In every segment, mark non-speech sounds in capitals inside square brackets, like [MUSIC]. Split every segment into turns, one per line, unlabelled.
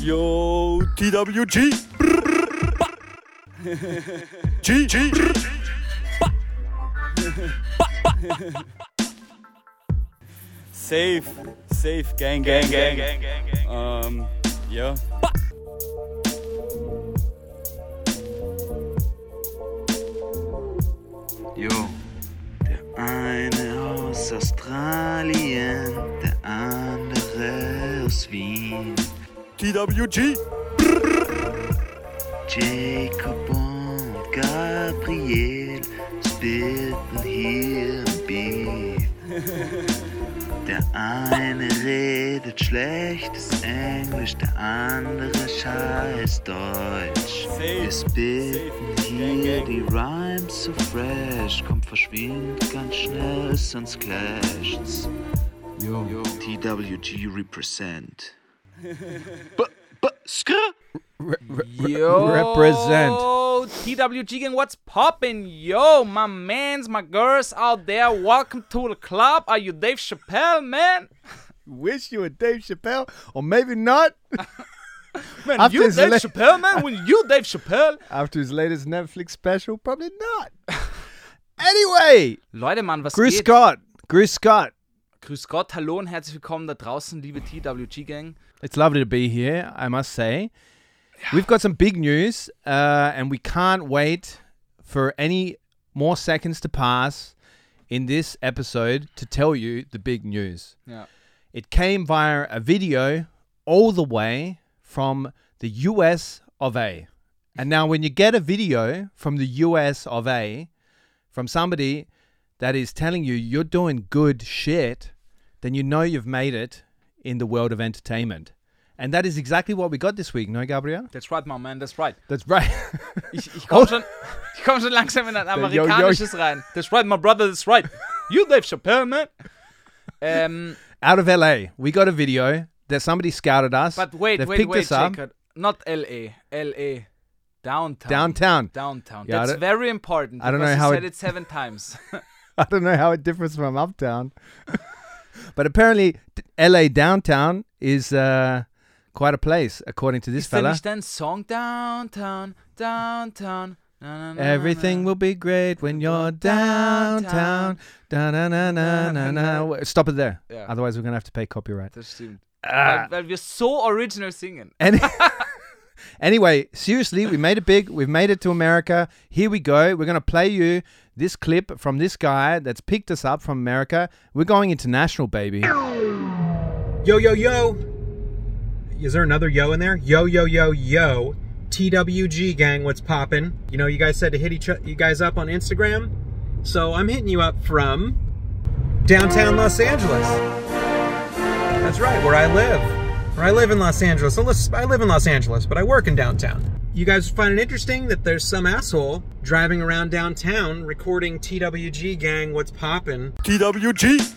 Yo, TWG. Brr, brr, ba. G, G. brr, ba. Ba, ba, ba. Safe, safe, gang, gang, gang, gang, gang, gang. Um, yeah.
Jo, der eine aus Australien, der andere aus Wien.
TWG.
Jacob und Gabriel spitten hier im Beat. Der eine redet schlechtes Englisch, der andere scheiß Deutsch. Wir spitten hier die Rhymes so fresh, kommt verschwind ganz schnell, sonst clasht's. TWG represent. B -b -skr.
Yo,
represent.
TWG gang, what's poppin'? Yo, my mans, my girls out there, welcome to the club. Are you Dave Chappelle, man?
Wish you were Dave Chappelle, or maybe [LAUGHS] not.
Man,
After
you
his
Dave
la-
Chappelle, man? When you Dave Chappelle?
After his latest Netflix special, probably not. [LAUGHS] anyway,
[LAUGHS] Leute, Mann, was
Grüß
geht?
Gott, Grüß Gott.
Grüß Gott, hallo und herzlich willkommen da draußen, liebe TWG gang.
It's lovely to be here, I must say. We've got some big news, uh, and we can't wait for any more seconds to pass in this episode to tell you the big news.
Ja.
It came via a video all the way from the US of A. And now, when you get a video from the US of A, from somebody that is telling you you're doing good shit, then you know you've made it in the world of entertainment. And that is exactly what we got this week, no, Gabriel?
That's right, my man, that's right.
That's right.
Ich, ich komme schon, ich komm schon langsam in ein
Oh. yo, yo.
amerikanisches rein. That's right, my brother, that's right. You Dave
[LAUGHS]
Chappelle, man? Ähm,
[LAUGHS] Out of LA, we got a video that somebody scouted us.
but wait,
They've
wait,
picked
wait,
us up.
Jacob. Not L.A., L.A., downtown.
Downtown.
Downtown.
Yeah, I
That's
don't-
very important.
I don't
because
know
you
how
said
it- [LAUGHS]
it seven times.
I don't know how it differs from uptown, [LAUGHS] but apparently d- LA downtown is uh, quite a place, according to this
Ist denn
fella.
nicht dein Song Downtown, Downtown? Na, na, na, na,
Everything
na.
will be great when you're downtown. Da na na na na na. Wait, Stop it there.
Yeah.
Otherwise, we're gonna have to pay copyright.
Das stimmt.
Ah.
Weil, weil wir so original singen.
And [LAUGHS] anyway, seriously, we made it big. We've made it to America. Here we go. We're gonna play you this clip from this guy that's picked us up from America. We're going international, baby.
Yo, yo, yo. Is there another yo in there? Yo, yo, yo, yo. TWG gang, what's poppin'? You know, you guys said to hit each you guys up on Instagram. So I'm hitting you up from downtown Los Angeles. That's right, where I live. Where I live in Los Angeles. Unless I live in Los Angeles, but I work in downtown. You guys find it interesting that there's some asshole driving around downtown recording TWG gang, what's poppin'?
TWG.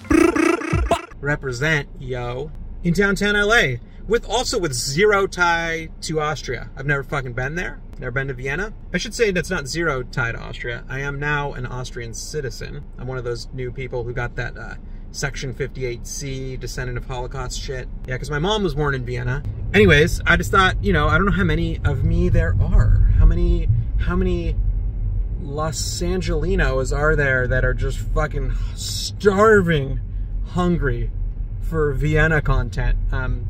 represent yo in downtown LA with also with zero tie to Austria. I've never fucking been there. Never been to Vienna. I should say that's not zero tie to Austria. I am now an Austrian citizen. I'm one of those new people who got that uh, Section 58C descendant of Holocaust shit. Yeah, because my mom was born in Vienna. Anyways, I just thought, you know, I don't know how many of me there are. How many, how many Los Angelinos are there that are just fucking starving, hungry for Vienna content um,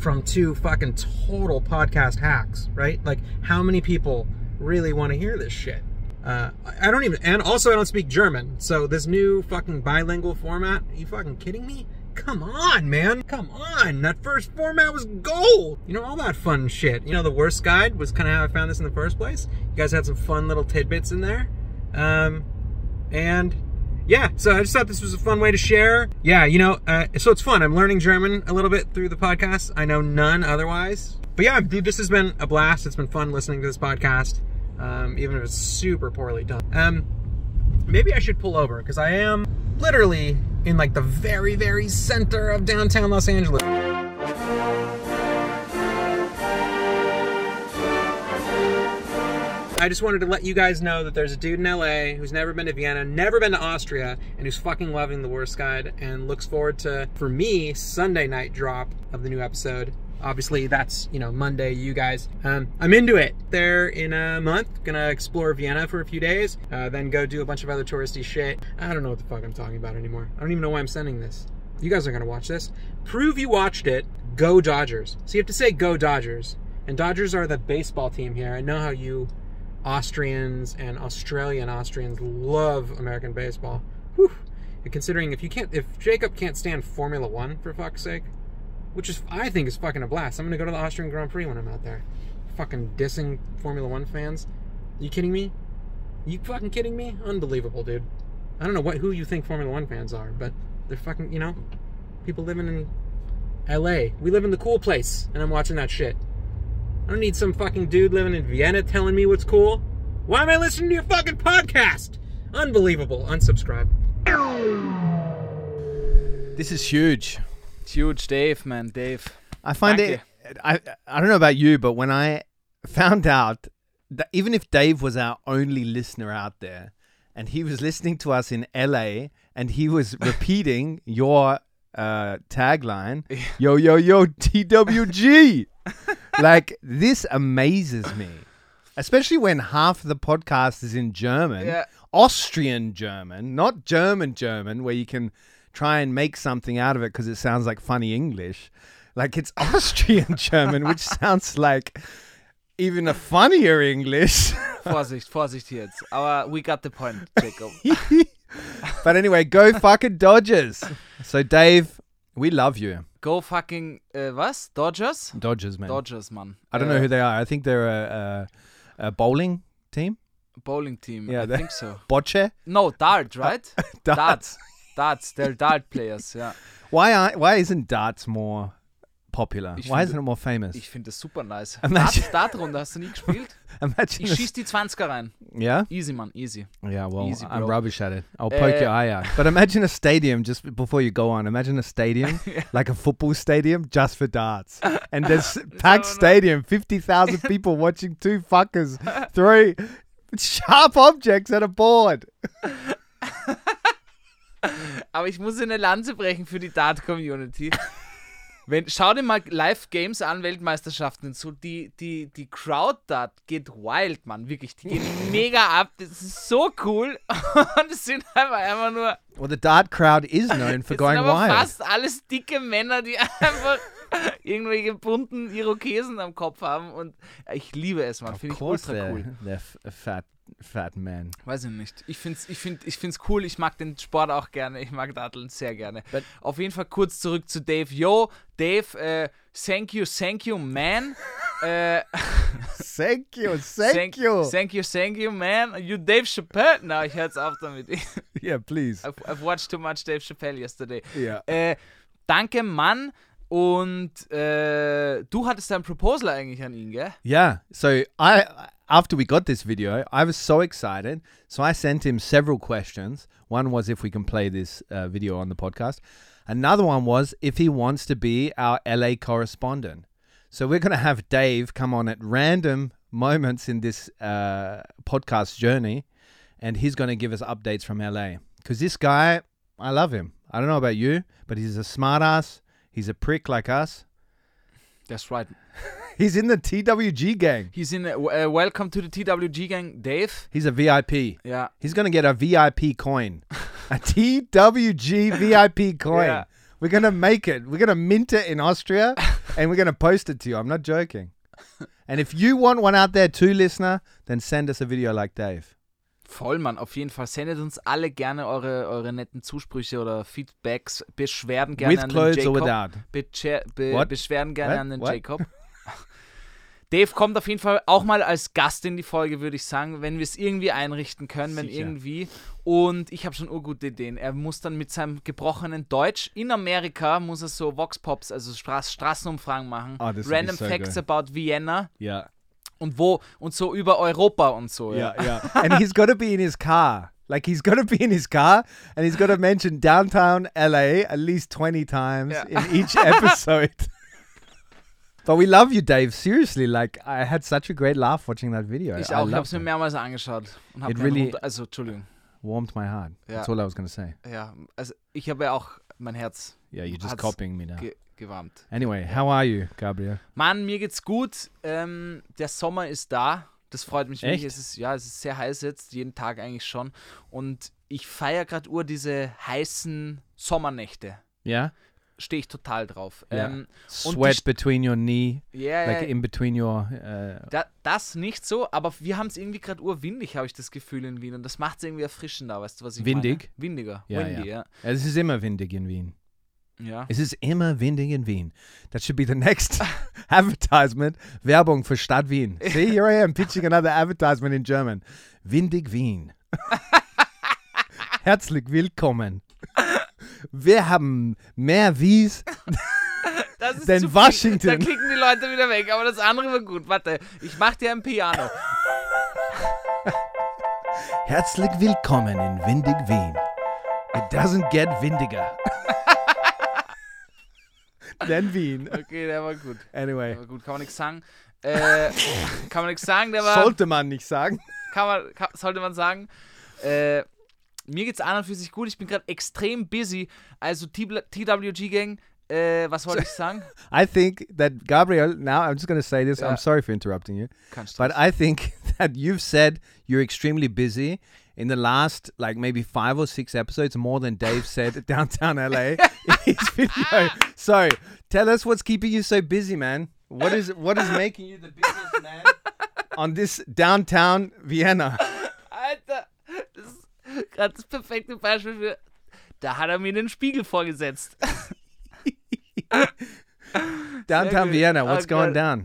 from two fucking total podcast hacks, right? Like, how many people really want to hear this shit? Uh, I I don't even, and also I don't speak German, so this new fucking bilingual format, are you fucking kidding me? Come on, man. Come on. That first format was gold. You know, all that fun shit. You know, the worst guide was kind of how I found this in the first place. You guys had some fun little tidbits in there. Um, and yeah, so I just thought this was a fun way to share. Yeah, you know, uh, so it's fun. I'm learning German a little bit through the podcast. I know none otherwise. But yeah, dude, this has been a blast. It's been fun listening to this podcast, um, even if it's super poorly done. Um, maybe I should pull over because I am literally in like the very, very center of downtown Los Angeles. I just wanted to let you guys know that there's a dude in LA who's never been to Vienna, never been to Austria, and who's fucking loving The Worst Guide and looks forward to, for me, Sunday night drop of the new episode Obviously, that's you know Monday. You guys, um, I'm into it. There in a month, gonna explore Vienna for a few days, uh, then go do a bunch of other touristy shit. I don't know what the fuck I'm talking about anymore. I don't even know why I'm sending this. You guys are gonna watch this. Prove you watched it. Go Dodgers. So you have to say go Dodgers. And Dodgers are the baseball team here. I know how you Austrians and Australian Austrians love American baseball. Whew. And considering if you can't, if Jacob can't stand Formula One for fuck's sake, which is I think is fucking a blast. I'm gonna go to the Austrian Grand Prix when I'm out there. Fucking dissing Formula One fans. you kidding me? You fucking kidding me? Unbelievable, dude. I don't know what who you think Formula One fans are, but they're fucking you know, people living in L.A. We live in the cool place, and I'm watching that shit. I don't need some fucking dude living in Vienna telling me what's cool. Why am I listening to your fucking podcast? Unbelievable. Unsubscribe.
This is huge.
It's huge, Dave, man,
[LAUGHS]
Dave.
I find
Thank
it. I I don't know about you, but when I found out that even if Dave was our only listener out there, and he was listening to us in LA, and he was repeating your uh, tagline, "Yo yo yo TWG," like this amazes me, especially when half the podcast is in German,
Yeah.
Austrian German, not German German, where you can try and make something out of it because it sounds like funny English. Like it's [LAUGHS] Austrian German, which sounds like even a funnier English. [LAUGHS]
Vorsicht, Vorsicht jetzt. Aber we got the point, Jacob.
[LAUGHS] but anyway, go fucking Dodgers. So Dave, we love you,
Go fucking, äh, was? Dodgers?
Dodgers man.
Dodgers, Mann.
I don't
Äh,
know who they are. I think they're a, a, a bowling team.
Bowling team,
Yeah,
I
they-
think so.
Bocce.
No,
[LAUGHS]
dart, right?
Dart.
Darts. Darts, they're dart players, ja.
Why aren't, Why isn't darts more popular?
Ich
Why
finde-
isn't it more famous?
Ich finde das super nice.
Imagine-
Darts, Dartrunde, hast du nie gespielt?
[LAUGHS] Imagine.
Ich
this-
schieß die 20er rein.
yeah.
Easy, Mann, easy.
Yeah, well,
Easy,
I'm
bro.
rubbish at it. I'll poke your
Uh,
eye out. But imagine a stadium just before you go on. Imagine a
[LAUGHS]
stadium, like a football stadium, just for darts. And
[LAUGHS]
there's packed stadium, 50,000 people watching two fuckers throw sharp objects at a board.
Aber ich muss eine Lanze brechen für die Dart-Community. [LAUGHS] Wenn, schau dir mal Live-Games an, Weltmeisterschaften und so. Die, die, die Crowd-Dart geht wild, Mann. Wirklich, die gehen mega ab. Das ist so cool. [LAUGHS] Und es sind einfach, einfach nur...
Well, the dart crowd
[LAUGHS]
is known for
Es sind
going
aber
wild.
fast alles dicke Männer, die [LAUGHS] einfach irgendwelche bunten Irokesen am Kopf haben. Und äh, ich liebe es, Mann. Finde
Of
ich
course,
ultra
they're,
cool.
they're f- a fat, fat man.
[LAUGHS] Weiß ich nicht. Ich finde es ich find, ich find's cool. Ich mag den Sport auch gerne. Ich mag Datteln sehr gerne. Auf jeden Fall kurz zurück zu Dave. Yo, Dave, äh, thank you, thank you, man. äh,
Thank you, [LAUGHS] thank, you.
Thank you, thank you, man. You Dave Chappelle. Na, ich hör's auf damit. [LAUGHS] I've,
yeah, please.
I've watched too much Dave Chappelle yesterday.
Yeah.
Äh, danke, Mann. Und äh, du hattest dein Proposal eigentlich an ihn, gell?
Yeah. So I after we got this video, I was so excited. So I sent him several questions. One was if we can play this uh, video on the podcast. Another one was if he wants to be our LA correspondent. So we're going to have Dave come on at random moments in this uh, podcast journey, and he's going to give us updates from LA. Because this guy, I love him. I don't know about you, but he's a smartass. He's a prick like us.
That's right.
He's in the TWG gang.
He's in. äh, welcome to the TWG Gang, Dave.
He's a VIP.
Ja.
He's going to get a VIP coin, a TWG [LAUGHS] VIP coin.
Yeah.
We're going to make it. We're going to mint it in [LAUGHS] Austria and we're going to post it to you. I'm not joking. And if you want one out there too, listener, then send us a video like Dave.
Voll, Mann, auf jeden Fall. Sendet uns alle gerne eure, eure netten Zusprüche oder Feedbacks, Beschwerden gerne
With
an den
clothes or
Jacob.
without.
Beche- be
What?
Beschwerden gerne
What?
an den
What?
Jacob. [LAUGHS] Dave kommt auf jeden Fall auch mal als Gast in die Folge, würde ich sagen, wenn wir es irgendwie einrichten können, wenn
Sicher.
irgendwie. Und ich habe schon urgute Ideen. Er muss dann mit seinem gebrochenen Deutsch in Amerika, muss er so Vox Pops, also Straß Straßenumfragen machen.
Ah, das find ich
Random
so
Facts
geil.
about Vienna
Yeah.
und wo und so über Europa und so.
Yeah. Yeah. [LAUGHS] and he's got to be in his car. Like he's got to be in his car and he's got to mention downtown LA at least 20 times
Yeah.
in each episode. [LAUGHS] But we love you, Dave. Seriously, like I had such a great laugh watching that video.
Ich
I
auch, ich habe
loved
es mir
it.
mehrmals angeschaut und habe
It really-
also Entschuldigung,
warmed my heart. That's
Yeah.
all I was going to say.
ja, also ich habe ja auch mein Herz
Yeah, you're just
Hearts
copying me now.
ge gewarnt.
Anyway, how are you, Gabriel?
Mann, mir geht's gut. Ähm, der Sommer ist da. Das freut mich wirklich.
Echt?
Es ist, ja, es ist sehr heiß jetzt, jeden Tag eigentlich schon. Und ich feiere gerade ur diese heißen Sommernächte.
Yeah.
Stehe ich total drauf.
Yeah.
Ähm, und die
Sweat between your knee,
St- ja,
like
ja,
in between your. Uh,
Da, das nicht so, aber wir haben es irgendwie gerade urwindig, habe ich das Gefühl in Wien. Und das macht es irgendwie erfrischender, weißt du, was ich
Windig?
meine? Windiger.
Ja,
Windy, ja.
es ist Uh, immer windig in Wien.
ja.
Es ist immer windig in Wien. That should be the next [LAUGHS] advertisement. Werbung für Stadt
[LAUGHS]
Wien. See, here I am pitching another advertisement in German. Windig
[LAUGHS]
Wien. Herzlich willkommen. Wir haben mehr Wies.
Das ist
Denn
zu viel.
Washington-
Da klicken die Leute wieder weg, aber das andere war gut. Warte, ich mach dir ein Piano.
Herzlich willkommen in Windig Wien. It doesn't get windiger. [LAUGHS] Than Wien.
Okay, der war gut.
Anyway.
Der war gut, kann man nichts sagen. Äh, kann man nichts sagen, der war.
Sollte man nicht sagen.
kann man, kann, sollte man sagen. Äh, mir geht's an und für sich gut. Ich bin gerade extrem busy. Also TWG-Gang, äh, was wollte ich sagen?
I think that Gabriel, now I'm just going to say this.
Yeah.
I'm sorry for interrupting you.
Kein Stress.
But I think [LAUGHS] that you've said you're extremely busy in the last, like, maybe five or six episodes, more than Dave said [LAUGHS] at downtown LA in his video. So tell us what's keeping you so busy, man. What is what is making you the busiest man on this downtown Vienna?
Alter, das ist gerade das perfekte Beispiel für. Da hat er mir den Spiegel vorgesetzt.
Downtown
good.
Vienna,
Oh,
what's going
God.
down?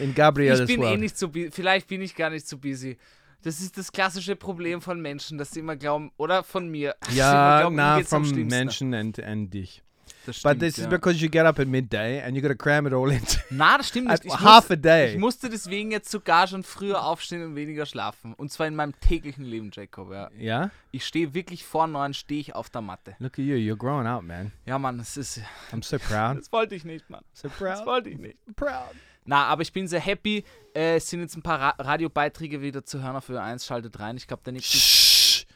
In Gabriel's
ich bin eh
world.
[LAUGHS] nicht so busy. Vielleicht bin ich gar nicht so busy. Das ist das klassische Problem von Menschen, dass sie immer glauben, oder von mir. [LAUGHS] dass sie immer
yeah,
glauben, mir
nah,
geht's am
from
schlimmsten.
Menschen and, and dich.
Das stimmt,
But this is
ja.
because you get up at midday and you got to cram it all [LAUGHS] into
Na, das stimmt
at
nicht. Ich
half
muss-
a day.
Ich musste deswegen jetzt sogar schon früher aufstehen und weniger schlafen. Und zwar in meinem täglichen Leben, Jacob. Ja.
yeah,
Ich stehe wirklich vor neun, stehe ich auf der Matte.
look at you. You're growing up, man.
Ja, Mann, das ist.
I'm so [LAUGHS] proud.
Das wollte ich nicht, Mann.
so
Das
proud.
wollte ich nicht.
proud.
Na, aber ich bin sehr happy. Äh, es sind jetzt ein paar Ra Radiobeiträge wieder zu hören auf Ö1. Schaltet rein. Ich glaube, der nächste.
Shh.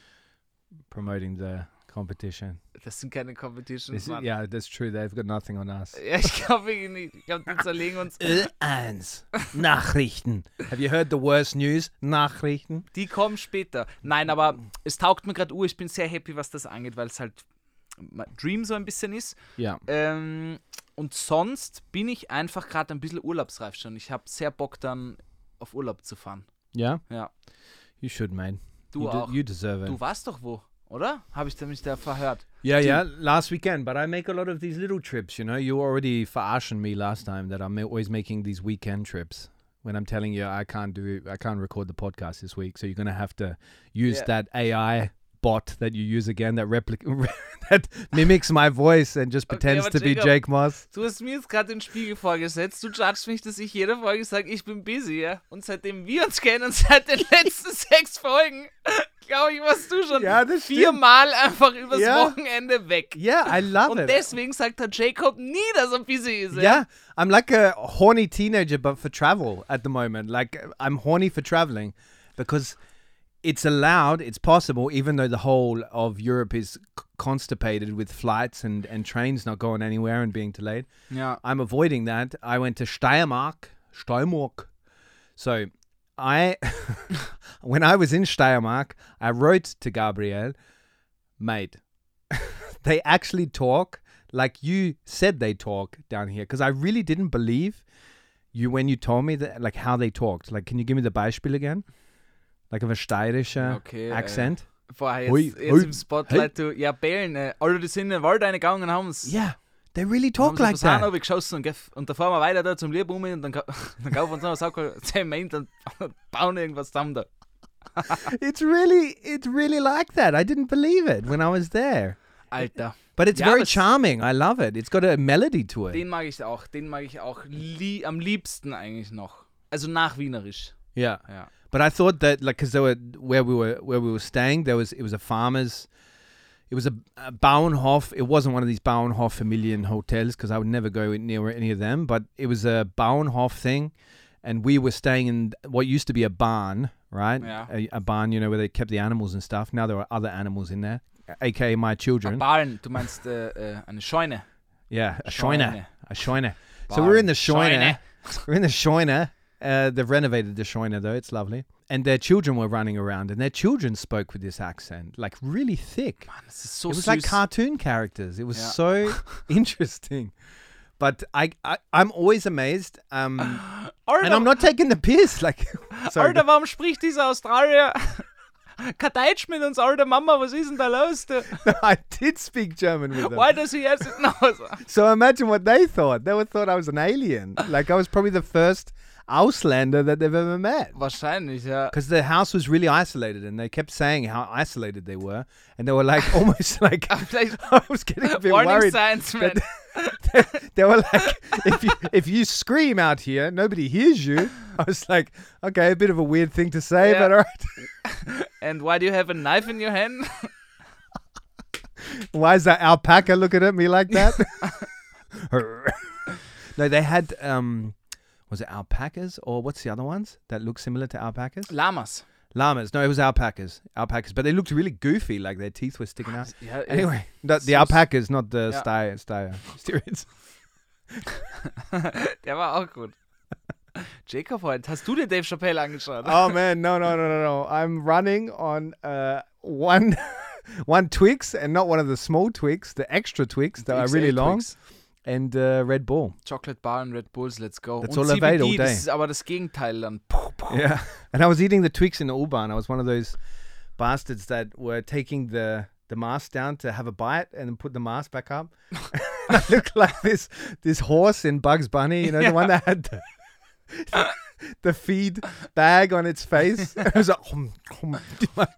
Promoting the competition.
Das sind keine Competitions,
This is,
Mann.
yeah, that's true. They've got nothing on us.
Ja, ich glaube wirklich nicht. Ich glaube, die zerlegen uns.
Ö1. Nachrichten. Have you heard the worst news? Nachrichten.
Die kommen später. Nein, aber es taugt mir gerade Uhr. Ich bin sehr happy, was das angeht, weil es halt Dream so ein bisschen ist.
Yeah.
Ähm, und sonst bin ich einfach gerade ein bisschen urlaubsreif schon. Ich habe sehr Bock dann auf Urlaub zu fahren.
Yeah.
Ja.
You should, man.
Du
you, de-
auch.
you deserve it.
Du warst doch wo, oder? Habe ich da mich da verhört?
Yeah, yeah, last weekend. But I make a lot of these little trips, you know. You were already verarsching me last time that I'm always making these weekend trips when I'm telling you I can't do I can't record the podcast this week. So you're going to have to use
Yeah.
that AI bot that you use again that replic- [LAUGHS] that mimics my voice and just
Okay,
pretends
but
to be
Jacob-
Jake
[LAUGHS]
Moss.
Du hast mir jetzt gerade den Spiegel vorgesetzt. Du judgst mich, dass ich jede Folge sage, ich bin busy, ja? Und seitdem wir uns kennen,
[LAUGHS]
seit den letzten sechs Folgen, glaube ich, warst du schon
Ja, das
viermal einfach übers
Ja.
Wochenende weg.
Yeah, I love
Und
it.
deswegen sagt der Jacob nie, dass er busy ist.
yeah, I'm like a horny teenager, but for travel at the moment. Like I'm horny for traveling because it's allowed, it's possible, even though the whole of Europe is c- constipated with flights and, and trains not going anywhere and being delayed.
ja.
I'm avoiding that. I went to Steiermark, Steiermark. So I, [LAUGHS] when I was in Steiermark, I wrote to Gabriel, mate, [LAUGHS] they actually talk like you said they talk down here. Because I really didn't believe you when you told me that, like how they talked. Like, can you give me the Beispiel again? Like of a steirischer
Okay, äh,
accent?
Boah, jetzt,
Hui,
jetzt
hui,
im Spotlight, du, ja, bellen, äh, alle die sind in den Wald reingegangen und haben uns
yeah, they really
haben
talk
sie
like
fürs Hahn
that.
runtergeschossen und, gef- und da fahren wir weiter da zum Liebum und dann, ka- [LAUGHS] dann kaufen wir uns noch was Alkohol, Zement und [LAUGHS] bauen irgendwas zusammen da.
It's really, it's really like that. I didn't believe it when I was there.
Alter,
But it's
Yeah,
very
but-
charming. I love it. It's got a melody to it.
den mag ich auch, den mag ich auch lie am liebsten eigentlich noch. Also nach Wienerisch.
yeah.
Ja.
But I thought that like because there were where we were where we were staying there was it was a farmer's. It was a, a Bauernhof. It wasn't one of these Bauernhof Familien hotels because I would never go near any of them. But it was a Bauernhof thing, and we were staying in what used to be a barn, right?
Yeah.
A, a barn, you know, where they kept the animals and stuff. Now there are other animals in there, aka my children.
Ballen, du meinst äh, äh, eine Scheune.
Yeah, a Scheune.
Scheune.
A Scheune. So we're in the Scheune. We're in the Scheune. Uh, they've renovated the Scheune, though. It's lovely. And their children were running around, and their children spoke with this accent, like really thick.
Das ist so
it was
süß.
like cartoon characters. It was
Yeah. [LAUGHS]
so interesting. But I, I, I'm always amazed. Um, and
Alter,
I'm not taking the piss. [LAUGHS] Like, sorry.
Alter, warum spricht dieser Australier [LAUGHS] kein Deutsch mit uns? Alter, Mama, was ist denn da los?
[LAUGHS]
du?
I did speak German with them.
Why does he have [LAUGHS] no?
So imagine what they thought. They would thought I was an
[LAUGHS]
alien. Like I was probably the first Auslander that they've ever met.
Wahrscheinlich, ja.
Because the house was really isolated, and they kept saying how isolated they were, and they were like [LAUGHS] almost like
[LAUGHS]
[LAUGHS]
Vielleicht
I was getting a bit
Warning
worried.
signs, man.
[LAUGHS] they, they were like, if
[LAUGHS]
you, if you scream out here, nobody hears you. I was like, okay, a bit of a weird thing to say,
Yeah.
but all right.
And why do you have a knife in your hand?
[LAUGHS] Why is that alpaca looking at me
[LAUGHS]
like that? [LAUGHS] no, they had um, was it alpacas or what's the other ones that look similar to alpacas?
Lamas.
Llamas. No, it was alpacas. Alpacas, but they looked really goofy, like their teeth were sticking out.
Ja,
Anyway, [LAUGHS] the, the
So-
alpacas, not the
Yeah.
sty [LAUGHS] sty steroids.
der war
[LAUGHS]
auch gut. Jacob heute, hast du dir Dave Chappelle angeschaut?
oh man, no, no, no, no, no! I'm running on uh one. [LAUGHS] One Twix and not one of the small Twix, the extra Twix that are really
XL
long,
Twix,
and uh, Red Bull.
Chocolate Bar und Red Bulls, let's go.
That's
und
all I've ate
CBD,
all day.
das ist aber das Gegenteil
[LAUGHS]
dann. Puh, puh.
Yeah. And I was eating the Twix in the U-Bahn. I was one of those bastards that were taking the the mask down to have a bite and then put the mask back up. [LAUGHS] and I looked like this this horse in Bugs Bunny, you know, the one that had the, the feed bag on its face. [LAUGHS] I was like, "Hum, hum." [LAUGHS]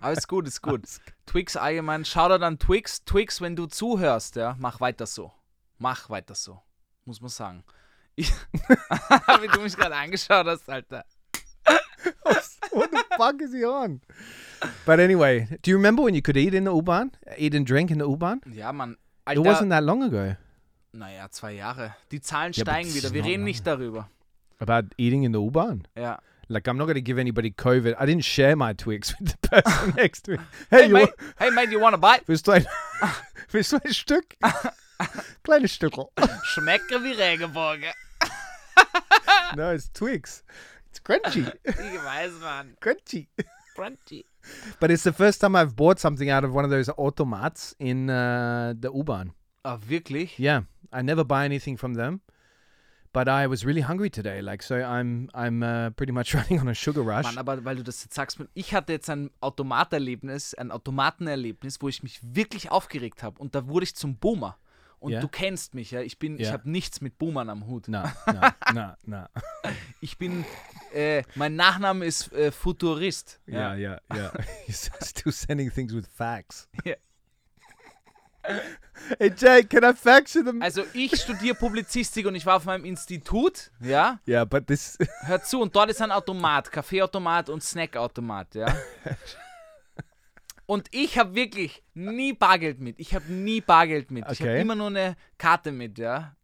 Aber ist gut, ist gut. Twix allgemein, Shoutout an Twix. Twix, wenn du zuhörst, ja, mach weiter so. Mach weiter so. Muss man sagen. [LAUGHS] Ich, wie du mich gerade angeschaut hast, Alter.
what the fuck is he on? But anyway, do you remember when you could eat in the U-Bahn? Eat and drink in the U-Bahn?
Ja, Mann.
It wasn't
Alter,
that long ago.
naja, zwei Jahre. Die Zahlen
Ja, aber
steigen
das
wieder.
ist
Wir
noch
reden
lange.
nicht darüber.
About eating in the U-Bahn.
Ja.
Like, I'm not going to give anybody COVID. I didn't share my Twix [LAUGHS] with the
[LAUGHS]
person next to me. Hey,
Hey,
you
mate, hey, mate, you wanna bite?
[LAUGHS] willst
[LAUGHS]
du ein, willst du ein Stück? Kleines [LAUGHS] Stückel.
Schmecke wie Regenbogen.
No, it's Twix. It's crunchy.
[LAUGHS] Ich weiß, Mann.
crunchy.
Crunchy.
But it's the first time I've bought something out of one of those automats in uh, the U-Bahn.
Ah, wirklich?
Yeah, I never buy anything from them. But I was really hungry today, like so. I'm I'm uh, pretty much [LAUGHS] running on a sugar rush.
Mann, aber weil du das jetzt sagst, ich hatte jetzt ein Automaterlebnis, ein Automatenerlebnis, wo ich mich wirklich aufgeregt habe und da wurde ich zum Boomer. Und
Ja.
du kennst mich, ja. Ich bin, ich
Ja.
habe nichts mit Boomern am Hut. [LAUGHS]
No, no, no, no.
Ich bin, äh, mein Nachname ist äh, Futurist.
Yeah, yeah,
[LAUGHS]
yeah. [LAUGHS] He's still sending things with facts.
Yeah.
[LAUGHS] hey, Jake, can I fax you them?
Also ich studiere Publizistik und ich war auf meinem Institut, ja.
yeah, but this. [LAUGHS]
Hör zu, und dort ist ein Automat, Kaffeeautomat und Snackautomat, ja. Und ich habe wirklich nie Bargeld mit. Ich habe nie Bargeld mit. Ich habe
Okay.
immer nur eine Karte mit, ja.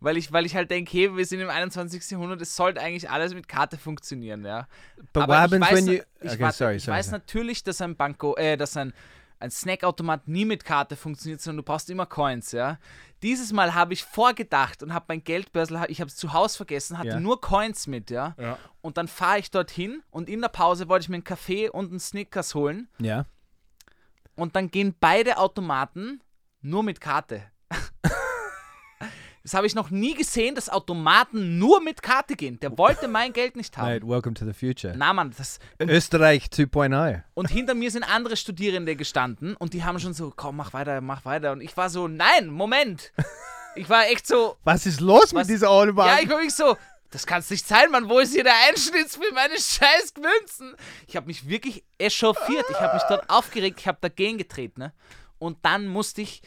Weil ich, weil ich halt denke, hey, wir sind im 21. Jahrhundert, es sollte eigentlich alles mit Karte funktionieren, ja.
But
Aber
what happens
ich weiß,
when you?
Ich,
okay,
warte,
sorry,
ich
sorry.
weiß
sorry.
natürlich, dass ein Banco, äh, dass ein, ein Snackautomat nie mit Karte funktioniert, sondern du brauchst immer Coins, ja. Dieses Mal habe ich vorgedacht und habe mein Geldbörsel, ich habe es zu Hause vergessen, hatte
Ja.
nur Coins mit, ja. Und dann fahre ich dorthin und in der Pause wollte ich mir einen Kaffee und einen Snickers holen
Yeah.
und dann gehen beide Automaten nur mit Karte. [LAUGHS] Das habe ich noch nie gesehen, dass Automaten nur mit Karte gehen. Der wollte mein Geld nicht
Mate, [LAUGHS]
haben.
welcome to the future.
Na Mann, das,
Österreich oh. 2.0.
Und hinter mir sind andere Studierende gestanden und die haben schon so, komm, mach weiter, mach weiter. Und ich war so, nein, Moment. Ich war echt
[LAUGHS]
so,
Was ist los
Was-
mit dieser Autobahn?
ja, ich war wirklich so, das kann's nicht sein, Mann, wo ist hier der Einschnitt für meine scheiß Münzen? Ich habe mich wirklich echauffiert, ich habe mich dort aufgeregt, ich habe dagegen getreten. Ne? Und dann musste ich,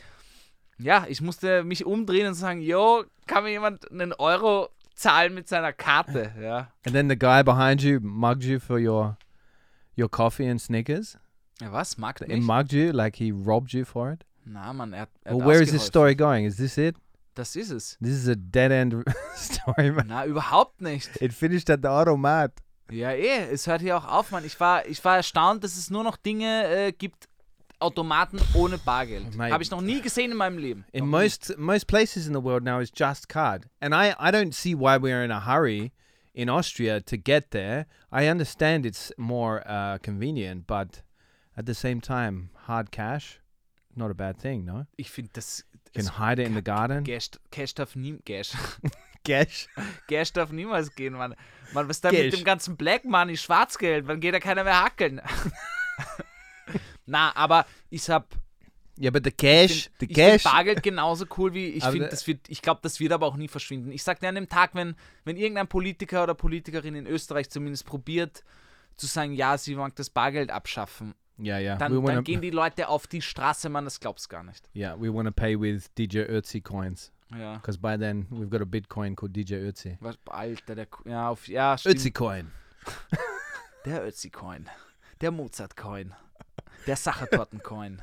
ja, ich musste mich umdrehen und sagen, yo, kann mir jemand einen Euro zahlen mit seiner Karte? Ja,
and then the guy behind you mugged you for your your coffee and Snickers.
ja was, mag
He
nicht?
mugged you like he robbed you for it.
Na, Mann, er, hat- er hat
Well, where is this
ausgeholfen.
story going? Is this it?
Das ist es.
This is a dead end [LAUGHS] story, man.
Na, überhaupt nicht.
It finished at the automat.
Ja, eh, es hört hier auch auf, Mann. Ich war, ich war erstaunt, dass es nur noch Dinge äh, gibt, Automaten ohne Bargeld.
Mate.
Habe ich noch nie gesehen in meinem Leben.
In most most places in the world now is just card, and I I don't see why we're in a hurry in Austria to get there. I understand it's more uh, convenient, but at the same time, hard cash, not a bad thing. No,
Ich finde das.
you can hide it in the garden.
Cash, Cash darf nie. Cash. [LAUGHS]
Cash.
Cash darf niemals gehen, Mann. Mann, was ist da mit
Cash.
dem ganzen Black Money, Schwarzgeld? Wann geht da keiner mehr hackeln? [LAUGHS] Na, aber ich hab.
[LAUGHS] Yeah, but the
Ich
cash,
find-
the
ich find
cash.
Bargeld genauso cool wie ich
Aber
finde,
da-
das wird, ich glaube, das wird aber auch nie verschwinden. Ich sag dir an dem Tag, wenn, wenn irgendein Politiker oder Politikerin in Österreich zumindest probiert zu sagen, ja, sie mag das Bargeld abschaffen,
Yeah, yeah.
dann,
we
dann
want
gehen
to.
die Leute auf die Straße, man, das glaubst gar nicht.
Yeah, we want to pay with DJ Ötzi coins
Ja.
because by then we've got a Bitcoin called DJ Ötzi.
Was, Alter, der ja, auf, ja, stimmt.
Ötzi coin.
Der Ötzi-Coin. Der Mozart-Coin. Der Sachertorten-Coin.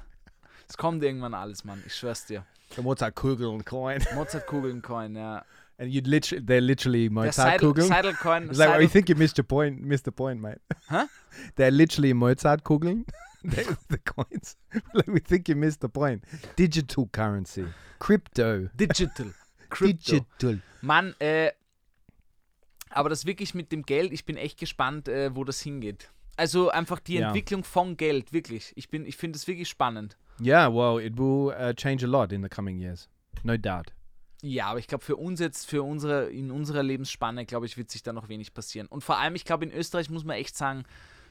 Es kommt irgendwann alles, Mann. Ich schwör's dir.
The Mozart Kugeln coin.
Mozart-Kugeln-Coin, ja.
[LAUGHS] And you literally, they're literally
Der
Mozart
Seidel-
Kugeln.
Seidel-Coin.
It's like, well, you
Seidel-
think you missed your point, missed the point, mate.
Huh?
[LAUGHS] They're literally Mozart Kugeln. [LAUGHS] They were the coins. [LAUGHS] like, we think you missed the point. Digital currency, crypto,
Digital. Crypto.
digital.
Mann, äh, aber das wirklich mit dem Geld, ich bin echt gespannt, äh, wo das hingeht. Also einfach die
Ja.
Entwicklung von Geld, wirklich. Ich bin, ich finde es wirklich spannend.
Yeah, well, it will uh, change a lot in the coming years, no doubt.
Ja, aber ich glaube, für uns jetzt, für unsere, in unserer Lebensspanne, glaube ich, wird sich da noch wenig passieren. Und vor allem, ich glaube, in Österreich muss man echt sagen,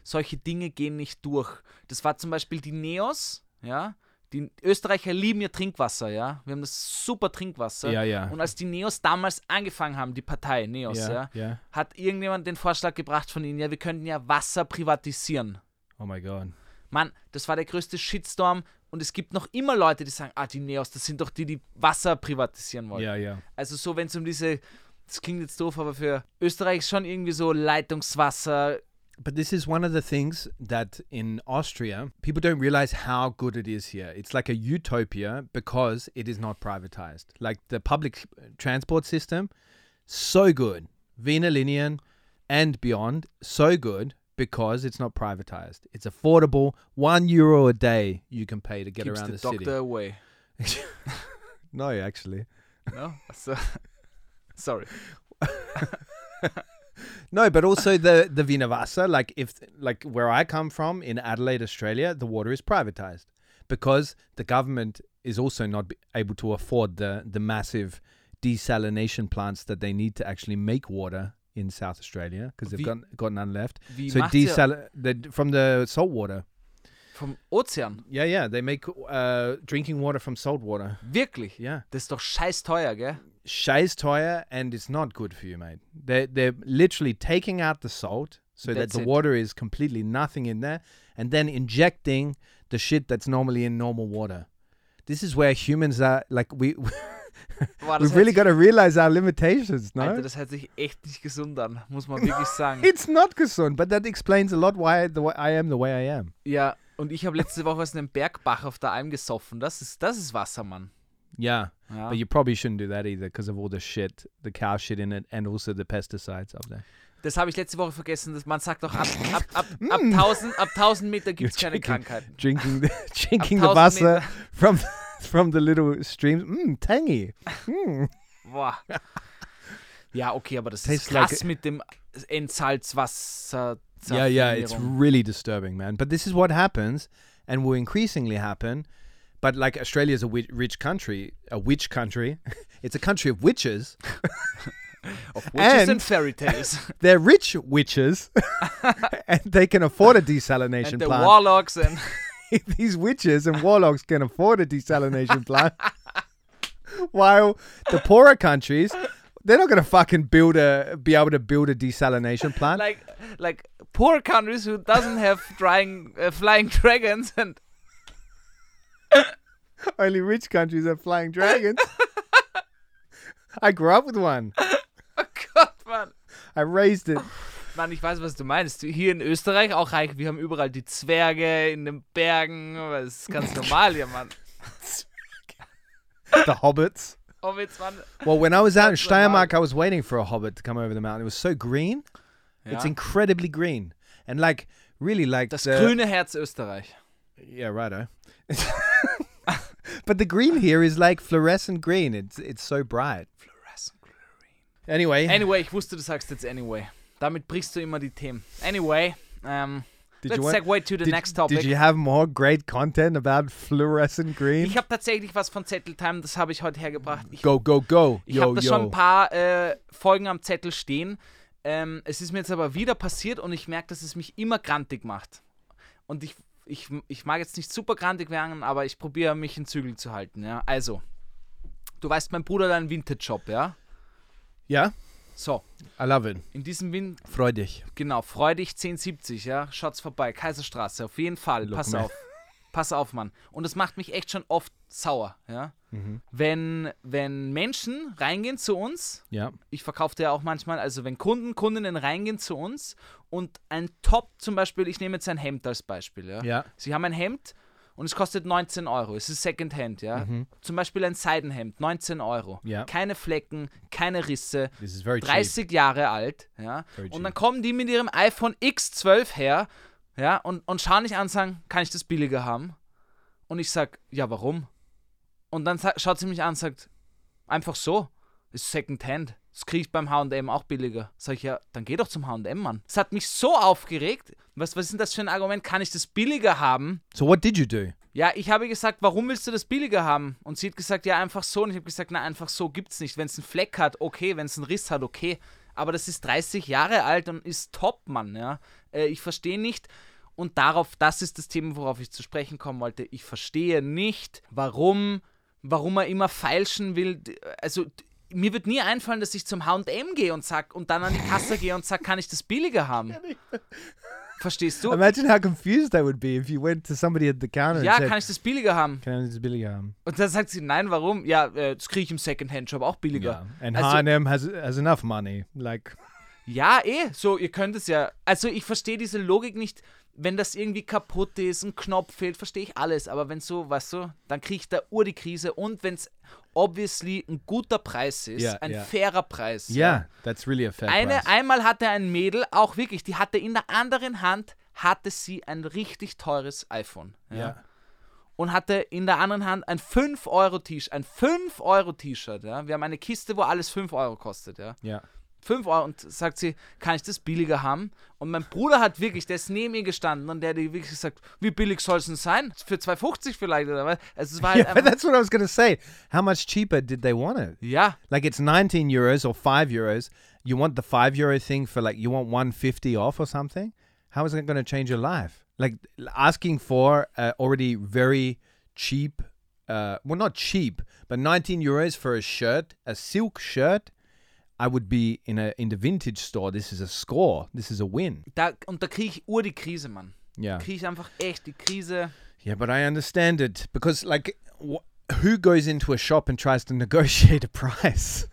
solche Dinge gehen nicht durch. Das war zum Beispiel die Neos, ja. Die Österreicher lieben ihr Trinkwasser, ja. Wir haben das super Trinkwasser.
Ja, ja.
Und als die Neos damals angefangen haben, die Partei Neos,
Yeah,
ja,
yeah.
hat irgendjemand den Vorschlag gebracht von ihnen, ja, wir könnten ja Wasser privatisieren.
Oh my god.
Mann, das war der größte Shitstorm. Und es gibt noch immer Leute, die sagen, ah, die Neos, das sind doch die, die Wasser privatisieren wollen.
Yeah, yeah.
Also so, wenn es um diese, das klingt jetzt doof, aber für Österreich ist schon irgendwie so Leitungswasser.
But this is one of the things that in Austria, people don't realize how good it is here. It's like a utopia because it is not privatized. Like the public transport system, so good. Vina Linien and beyond, so good because it's not privatized. It's affordable. One euro a day you can pay to get
Keeps
around
the
the
doctor
city.
away.
No, actually.
No? So, Also, [LAUGHS] sorry.
No, but also the the Vinavasa, like if like where I come from in Adelaide, Australia, the water is privatized because the government is also not be- able to afford the the massive desalination plants that they need to actually make water in South Australia because
Wie-
they've got got none left.
Wie
so
macht ihr-
desal the, from the salt water.
Vom Ozean.
Yeah, yeah, they make uh, drinking water from salt water.
Wirklich.
Yeah.
Das ist doch scheiß teuer, gell?
Shay's tire and it's not good for you, mate. They're, they're literally taking out the salt so
That's
that the
it.
water is completely nothing in there and then injecting the shit that's normally in normal water. This is where humans are like, we, [LAUGHS]
Boah,
we've
hört
really
sich-
got to realize our limitations, no?
Alter, das hört sich echt nicht gesund an, muss man wirklich sagen.
it's not Kasun, but that explains a lot why I, the way I am the way I am.
ja, und ich habe letzte Woche aus einem Bergbach auf der Alm gesoffen. Das ist, das ist Wasser, Mann.
Yeah.
Ja.
But you probably shouldn't do that either because of all the shit, the cow shit in it, and also the pesticides up there.
Das habe ich letzte Woche vergessen. Dass man
[LAUGHS]
sagt doch, ab, ab, ab,
Mm.
ab, 1000, ab 1000 Meter gibt es keine Krankheiten.
[LAUGHS] drinking the, drinking
[LAUGHS] A
the
thousand
Wasser from from the little streams. Mmm, tangy.
Boah. Ja, okay, aber das
Tastes
ist krass
like-
mit dem Endsalzwasser.
Yeah, yeah, it's really disturbing, man. But this is what happens, and will increasingly happen. But like Australia is a wi- rich country, a witch country. [LAUGHS] it's a country of witches.
Witches
and-
and Fairy
[LAUGHS]
Tales.
They're rich
[LAUGHS]
witches, [LAUGHS] and they can afford a desalination
and the
plant.
Warlocks and [LAUGHS]
[LAUGHS] These witches and warlocks can afford a desalination plant, [LAUGHS] while the poorer countries, they're not going to fucking build a be able to build a desalination plant.
like like poor countries who doesn't have drying, uh, flying dragons and
[LAUGHS]
[LAUGHS]
Only rich countries have flying dragons. I grew up with one.
oh Gott, Mann.
I raised it.
Mann, ich weiß, was du meinst. Hier in Österreich auch reich. Wir haben überall die Zwerge in den Bergen. aber Das ist ganz normal hier, Mann.
The hobbits.
Oh, jetzt, Mann.
Well, when I was out in
That's remarkable.
Steiermark, I was waiting for a hobbit to come over the mountain. It was so green. It's
Ja.
incredibly green. And like really like
Das
the-
grüne Herz Österreich.
Yeah, righto. [LAUGHS] but the green here is like fluorescent green. It's it's so bright. Anyway,
Anyway, ich wusste, du sagst jetzt anyway. Damit brichst du immer die Themen. Anyway, um,
Did
let's
you want-
segue to the
did,
next topic.
Did you have more great content about fluorescent green?
ich habe tatsächlich was von Zetteltime, das habe ich heute hergebracht. Ich,
go go go!
ich
yo
habe da
yo.
schon ein paar äh, Folgen am Zettel stehen. Ähm, es ist mir jetzt aber wieder passiert und ich merke, dass es mich immer grantig macht. Und ich, ich, ich mag jetzt nicht super grantig werden, aber ich probiere mich in Zügel zu halten. Ja? Also, du weißt, mein Bruder hat einen Vintage-Job, ja?
yeah,
So,
I love it.
in diesem Win
Freu dich.
Genau, freu dich 1070, ja. Schaut's vorbei. Kaiserstraße, auf jeden Fall.
Look,
Pass
man.
auf. Pass auf, Mann. Und das macht mich echt schon oft sauer, ja.
Mhm.
Wenn, wenn Menschen reingehen zu uns,
Ja.
ich verkaufte ja auch manchmal, also wenn Kunden, Kundinnen reingehen zu uns und ein Top zum Beispiel, ich nehme jetzt ein Hemd als Beispiel, ja.
Ja.
Sie haben ein Hemd und es kostet 19 Euro. Es ist Secondhand, ja. Zum Beispiel ein Seidenhemd, 19 Euro.
Mhm. Ja.
Keine Flecken, keine Risse,
This is very cheap.
30 Jahre alt, ja. Und dann kommen die mit ihrem iPhone X12 her, ja, und, und schauen mich an und sagen, kann ich das billiger haben? Und ich sag, ja, warum? Und dann sa- schaut sie mich an und sagt, einfach so, ist Secondhand. Das kriege ich beim H&M auch billiger. Sag ich, ja, dann geh doch zum H&M, Mann. Das hat mich so aufgeregt. Was, was ist denn das für ein Argument? Kann ich das billiger haben?
So what did you do?
Ja, ich habe gesagt, warum willst du das billiger haben? Und sie hat gesagt, ja, einfach so. Und ich habe gesagt, na, einfach so gibt's nicht. Wenn es einen Fleck hat, okay. Wenn es einen Riss hat, okay. Aber das ist 30 Jahre alt und ist top, Mann. Ja? Äh, ich verstehe nicht. Und darauf, das ist das Thema, worauf ich zu sprechen kommen wollte. Ich verstehe nicht, warum, warum er immer feilschen will. D- Also, d- mir wird nie einfallen, dass ich zum HM gehe und sag und dann an die Kasse gehe und sag, kann ich das billiger haben? Verstehst du?
Imagine how confused I would be if you went to somebody at the counter
Ja,
and said,
kann ich das billiger haben?
"Can I just billy um,
Und dann sagt sie, nein, warum? Ja, äh, das kriege ich im Secondhand-Shop auch
yeah.
billiger.
And
also,
H&M has has enough money. Like
ja, eh, so, ihr könnt es ja. Also ich verstehe diese Logik nicht, wenn das irgendwie kaputt ist, ein Knopf fehlt, verstehe ich alles. Aber wenn so, weißt du, dann kriege ich da Ur die Krise. Und wenn es obviously ein guter Preis ist,
Ja,
ein
ja.
fairer Preis.
yeah, that's really a fair
Eine,
price.
einmal hatte ein Mädel, auch wirklich, die hatte in der anderen Hand, hatte sie ein richtig teures iPhone. Ja.
yeah.
und hatte in der anderen Hand ein 5-Euro-T-Shirt. Ein 5-Euro-T-Shirt, ja. Wir haben eine Kiste, wo alles 5 Euro kostet, ja.
Yeah.
5 Euro und sagt sie, kann ich das billiger haben? Und mein Bruder hat wirklich, der ist neben ihr gestanden und der hat ihr wirklich gesagt, wie billig soll es denn sein? Für 2,50 vielleicht oder was? Also es war halt
Yeah,
einfach,
that's what I was gonna say. How much cheaper did they want it?
ja,
Like it's 19 euros or 5 euros. You want the 5 euro thing for like you want 150 off or something? How is that going to change your life? Like l- asking for uh, already very cheap uh, well not cheap, but 19 euros for a shirt, a silk shirt. I would be in a in the vintage store. This is a score. This is a win.
da, und da kriege ich ur die Krise, Mann.
Yeah.
Kriege ich einfach echt die Krise.
Yeah, but I understand it because like wh- who goes into a shop and tries to [LAUGHS] negotiate a price?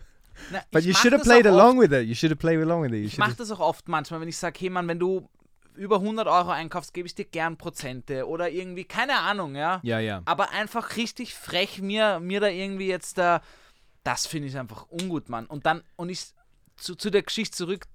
Na,
But
ich
you
mach
should have
das
played
auch oft.
along with it. You should have played along with it. You
Ich
should
mache
have.
das auch oft manchmal, wenn ich sage, hey Mann, wenn du über 100 Euro einkaufst, gebe ich dir gern Prozente oder irgendwie, keine Ahnung, ja.
Yeah, yeah.
Aber einfach richtig frech mir, mir da irgendwie jetzt da, das finde ich einfach ungut, Mann. Und dann, und ich, zu, zu der Geschichte zurück,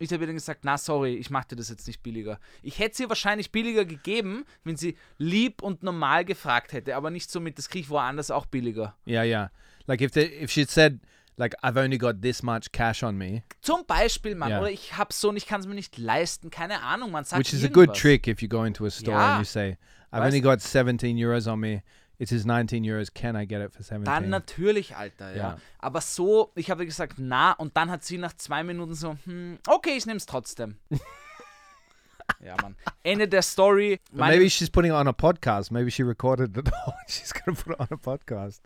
ich habe ihr dann gesagt, na sorry, ich mache dir das jetzt nicht billiger. Ich hätte es ihr wahrscheinlich billiger gegeben, wenn sie lieb und normal gefragt hätte, aber nicht so mit, das kriege ich woanders auch billiger.
Yeah, yeah. Like if they, if she said like I've only got this much cash on me,
Zum Beispiel, Mann,
Ja.
oder ich hab's so und ich kann es mir nicht leisten, keine Ahnung, man sagt
which is a
irgendwas.
good trick if you go into a store
Yeah.
and you say I've
Weißt-
only got 17 euros on me. It is 19 euros. Can I get it for 17?
Dann natürlich, Alter, ja.
Ja.
Aber so, ich habe gesagt, na, und dann hat sie nach zwei Minuten so, hm, okay, ich nehme es trotzdem. [LAUGHS] ja, Mann. Ende der Story.
But maybe she's putting it on a podcast. Maybe she recorded it all. [LAUGHS] she's going to put it on a podcast.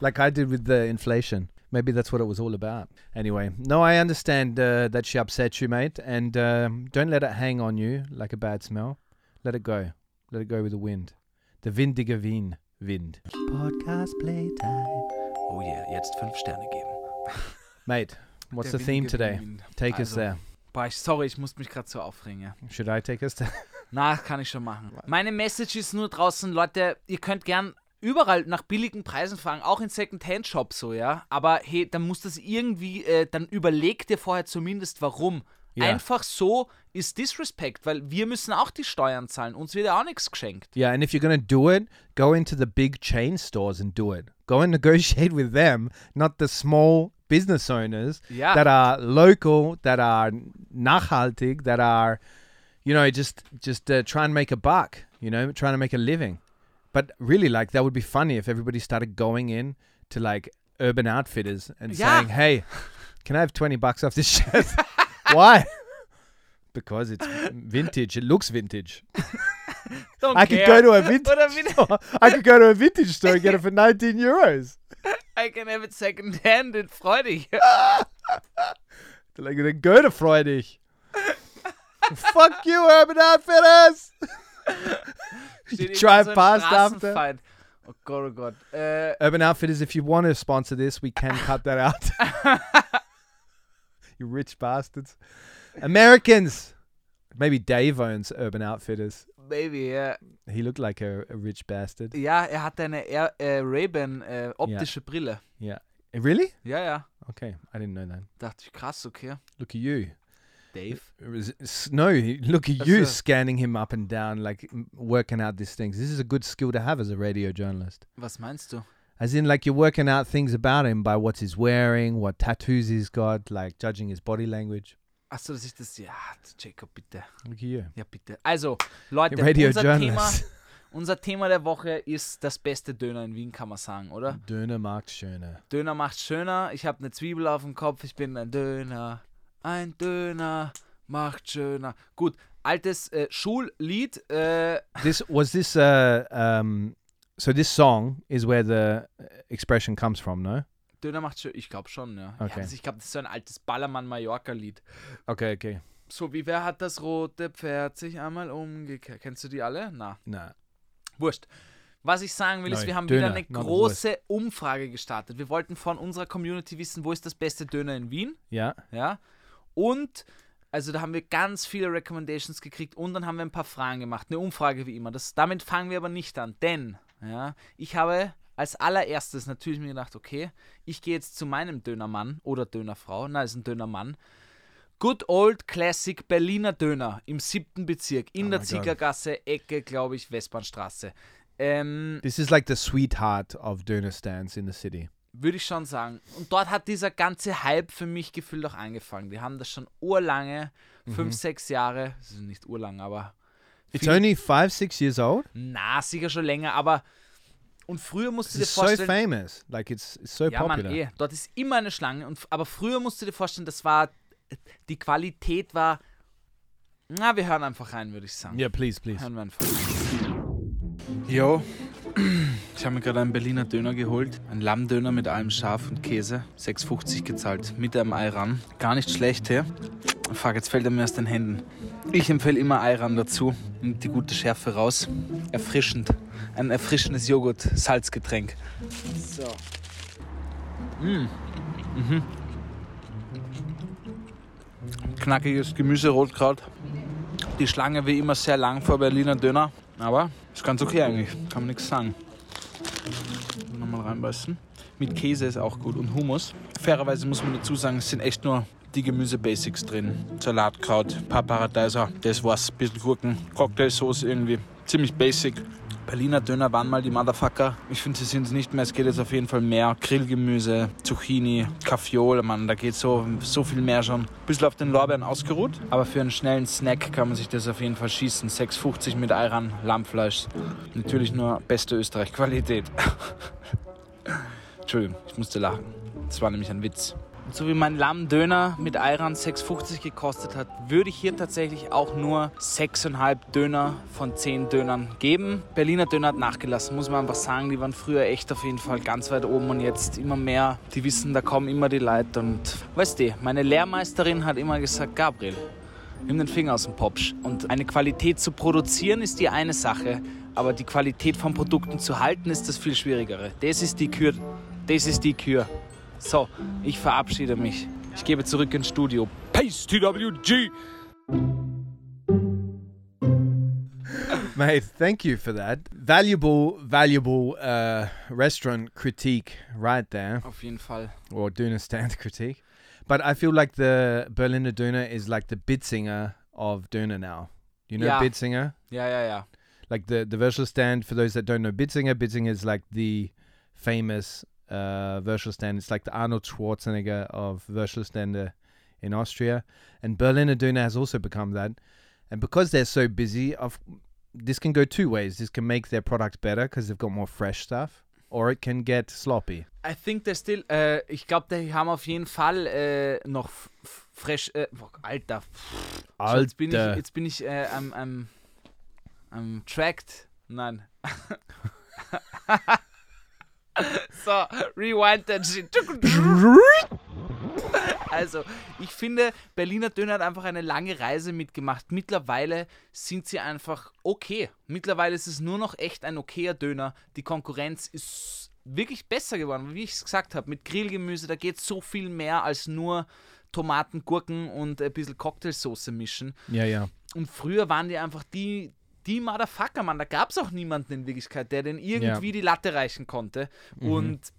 Like I did with the inflation. Maybe that's what it was all about. Anyway, no, I understand uh, that she upset you, mate. And um, don't let it hang on you like a bad smell. Let it go. Let it go with the wind. The windiger Wien. Wind. Podcast playtime.
oh yeah, jetzt fünf Sterne geben.
Mate, what's
Der
the theme
windige
today?
Wind.
Take us
Also-
there.
Boah, ich, sorry, ich musste mich gerade so aufregen, ja.
Should I take us there?
Na, kann ich schon machen. Meine Message ist nur draußen, Leute, ihr könnt gern überall nach billigen Preisen fragen, auch in Second-Hand-Shops so, ja. Aber hey, dann muss das irgendwie, äh, dann überleg dir vorher zumindest, warum.
Ja.
Einfach so ist Disrespect, weil wir müssen auch die Steuern zahlen. Uns wird ja auch nichts geschenkt.
Yeah, and if you're gonna do it, go into the big chain stores and do it. Go and [LAUGHS] negotiate with them, not the small business owners
Yeah.
that are local, that are nachhaltig, that are, you know, just just uh, trying to make a buck. You know, trying to make a living. But really, like that would be funny if everybody started going in to like Urban Outfitters and
Yeah.
saying,
[LAUGHS]
"Hey, can I have twenty bucks off this shirt? [LAUGHS] Why?" Because
[LAUGHS]
it's vintage. It looks vintage.
Don't
I could
care.
go to
[LAUGHS]
a
Oder
vintage
wieder-
store. I could go to a vintage store and get it for 19 euros.
I can have it second hand and freu
[LAUGHS]
dich.
They're like, then go to Friday. Fuck you, Urban Outfitters.
Steht ich
drive
in so einem
past after.
Straßenfight. Oh Gott, oh Gott. Äh,
Urban Outfitters, if you want to sponsor this, we can cut that out. you rich bastards. Americans. Maybe Dave owns Urban Outfitters.
Baby, ja.
He looked like a, a rich bastard.
Ja, er hat eine Air, äh, Ray-Ban äh, optische Brille.
Yeah. Eh, Really?
Ja, ja.
Okay. I didn't know that.
Dachte ich, krass, okay.
Look at you.
Dave.
It was- s- No, he- look at you
a-
scanning him up and down, like m- working out these things. This is a good skill to have as a radio journalist.
Was meinst du?
As in, like, you're working out things about him by what he's wearing, what tattoos he's got, like judging his body language.
Achso, dass ich das. Ja, Jacob, bitte.
Look at you.
Ja, bitte. Also, Leute,
Radio
unser,
[LAUGHS]
Thema,
journalist.
unser Thema der Woche ist das beste Döner in Wien, kann man sagen, oder?
Döner macht schöner.
Döner macht schöner. Ich habe eine Zwiebel auf dem Kopf. Ich bin ein Döner. Ein Döner macht schöner. Gut, altes äh, Schullied. Äh,
This was this, uh, um, so this song is where the uh, expression comes from, no?
Döner macht schön. Ich glaube schon, ja.
Okay.
ja das, ich glaube, das ist so ein altes Ballermann-Mallorca-Lied.
Okay, okay.
So wie wer hat das rote Pferd sich einmal umgekehrt? Kennst du die alle? Na,
Nah.
wurscht. Was ich sagen will, ist,
Nein,
wir haben
Döner,
wieder eine
not
große Umfrage gestartet. Wir wollten von unserer Community wissen, wo ist das beste Döner in Wien?
Yeah.
Ja. Und, also da haben wir ganz viele Recommendations gekriegt und dann haben wir ein paar Fragen gemacht. Eine Umfrage wie immer. Das, damit fangen wir aber nicht an, denn, ja, ich habe als allererstes natürlich mir gedacht, okay, ich gehe jetzt zu meinem Dönermann oder Dönerfrau. Na, ist ein Dönermann. Good Old Classic Berliner Döner im siebten Bezirk, in
Oh mein
der
Gott.
Ziegergasse, Ecke, glaube ich, Westbahnstraße. Ähm,
This is like the sweetheart of Döner stands in the city.
würde ich schon sagen. Und dort hat dieser ganze Hype für mich gefühlt auch angefangen. Die haben das schon urlange,
Mhm.
fünf, sechs Jahre, das ist nicht urlang, aber
It's
Viel-
only five, six years old.
na, sicher schon länger, aber und früher musst du dir
It's so
vorstellen,
famous. Like it's, it's so
ja man,
popular.
eh, dort ist immer eine Schlange, und, f- aber früher musst du dir vorstellen, das war, die Qualität war, na, wir hören einfach rein, würde ich sagen.
yeah, please, please.
Hören wir einfach. Jo, ich habe mir gerade einen Berliner Döner geholt. Ein Lammdöner mit allem Schaf und Käse. 6,50 gezahlt. Mit einem Ei ran. Gar nicht schlecht, hä? Fuck, jetzt fällt er mir aus den Händen. Ich empfehle immer Ei ran dazu. Nimmt die gute Schärfe raus. Erfrischend. Ein erfrischendes Joghurt-Salzgetränk. So. Mhm. Mm. Mhm. Knackiges Gemüse, Rotkraut. Die Schlange wie immer sehr lang vor Berliner Döner, aber ist ganz okay eigentlich, kann man nichts sagen. Nochmal reinbeißen. Mit Käse ist auch gut und Hummus. Fairerweise muss man dazu sagen, es sind echt nur die Gemüse-Basics drin. Salatkraut, paar Paradeiser, das war's. Bisschen Gurken, Cocktailsoße irgendwie. Ziemlich basic. Berliner Döner waren mal die Motherfucker. Ich finde, sie sind es nicht mehr. Es geht jetzt auf jeden Fall mehr. Grillgemüse, Zucchini, Kaffeeol, Mann, da geht so, so viel mehr schon. Bisschen auf den Lorbeeren ausgeruht. Aber für einen schnellen Snack kann man sich das auf jeden Fall schießen. 6,50 mit Eiran, Lammfleisch. Natürlich nur beste Österreich-Qualität. [LAUGHS] Entschuldigung, ich musste lachen. Das war nämlich ein Witz. Und so wie mein Lammdöner mit Ayran 6,50 gekostet hat, würde ich hier tatsächlich auch nur 6,5 Döner von 10 Dönern geben. Berliner Döner hat nachgelassen, muss man einfach sagen. Die waren früher echt auf jeden Fall ganz weit oben und jetzt immer mehr. Die wissen, da kommen immer die Leute. Und weißt du, meine Lehrmeisterin hat immer gesagt, Gabriel, nimm den Finger aus dem Popsch. Und eine Qualität zu produzieren ist die eine Sache, aber die Qualität von Produkten zu halten ist das viel schwierigere. Das ist die Kür. Das ist die Kür. So, ich verabschiede mich. Ich gebe zurück ins Studio. Peace, TWG!
Mate, thank you for that. Valuable, valuable uh, restaurant critique right there,
Auf jeden Fall.
or Duna stand [LAUGHS] critique. But I feel like the Berliner Duna is like the Bitzinger of Duna now. You know
Yeah.
Bitzinger?
Ja, ja, ja.
Like the, the Virtual Stand, for those that don't know Bitzinger, Bitzinger is like the famous uh, Virtual Stand. It's like the Arnold Schwarzenegger of Virtual Stand in Austria. And Berliner Duna has also become that. And because they're so busy, of this can go two ways. This can make their product better because they've got more fresh stuff, or it can get sloppy.
I think they're still, äh, ich glaube, die haben auf jeden Fall äh, noch f- f- fresh, äh, boah, alter, So, jetzt bin ich,
Alter.
jetzt bin ich äh, am, am, am tracked. Nein. [LAUGHS] so, rewind that shit. Also, ich finde, Berliner Döner hat einfach eine lange Reise mitgemacht. Mittlerweile sind sie einfach okay. Mittlerweile ist es nur noch echt ein okayer Döner. Die Konkurrenz ist wirklich besser geworden, wie ich es gesagt habe. Mit Grillgemüse, da geht so viel mehr als nur Tomaten, Gurken und ein bisschen Cocktailsoße mischen.
Yeah, yeah.
Und früher waren die einfach die, die Motherfucker, Mann. Da gab es auch niemanden in Wirklichkeit, der denn irgendwie die Latte reichen konnte. Und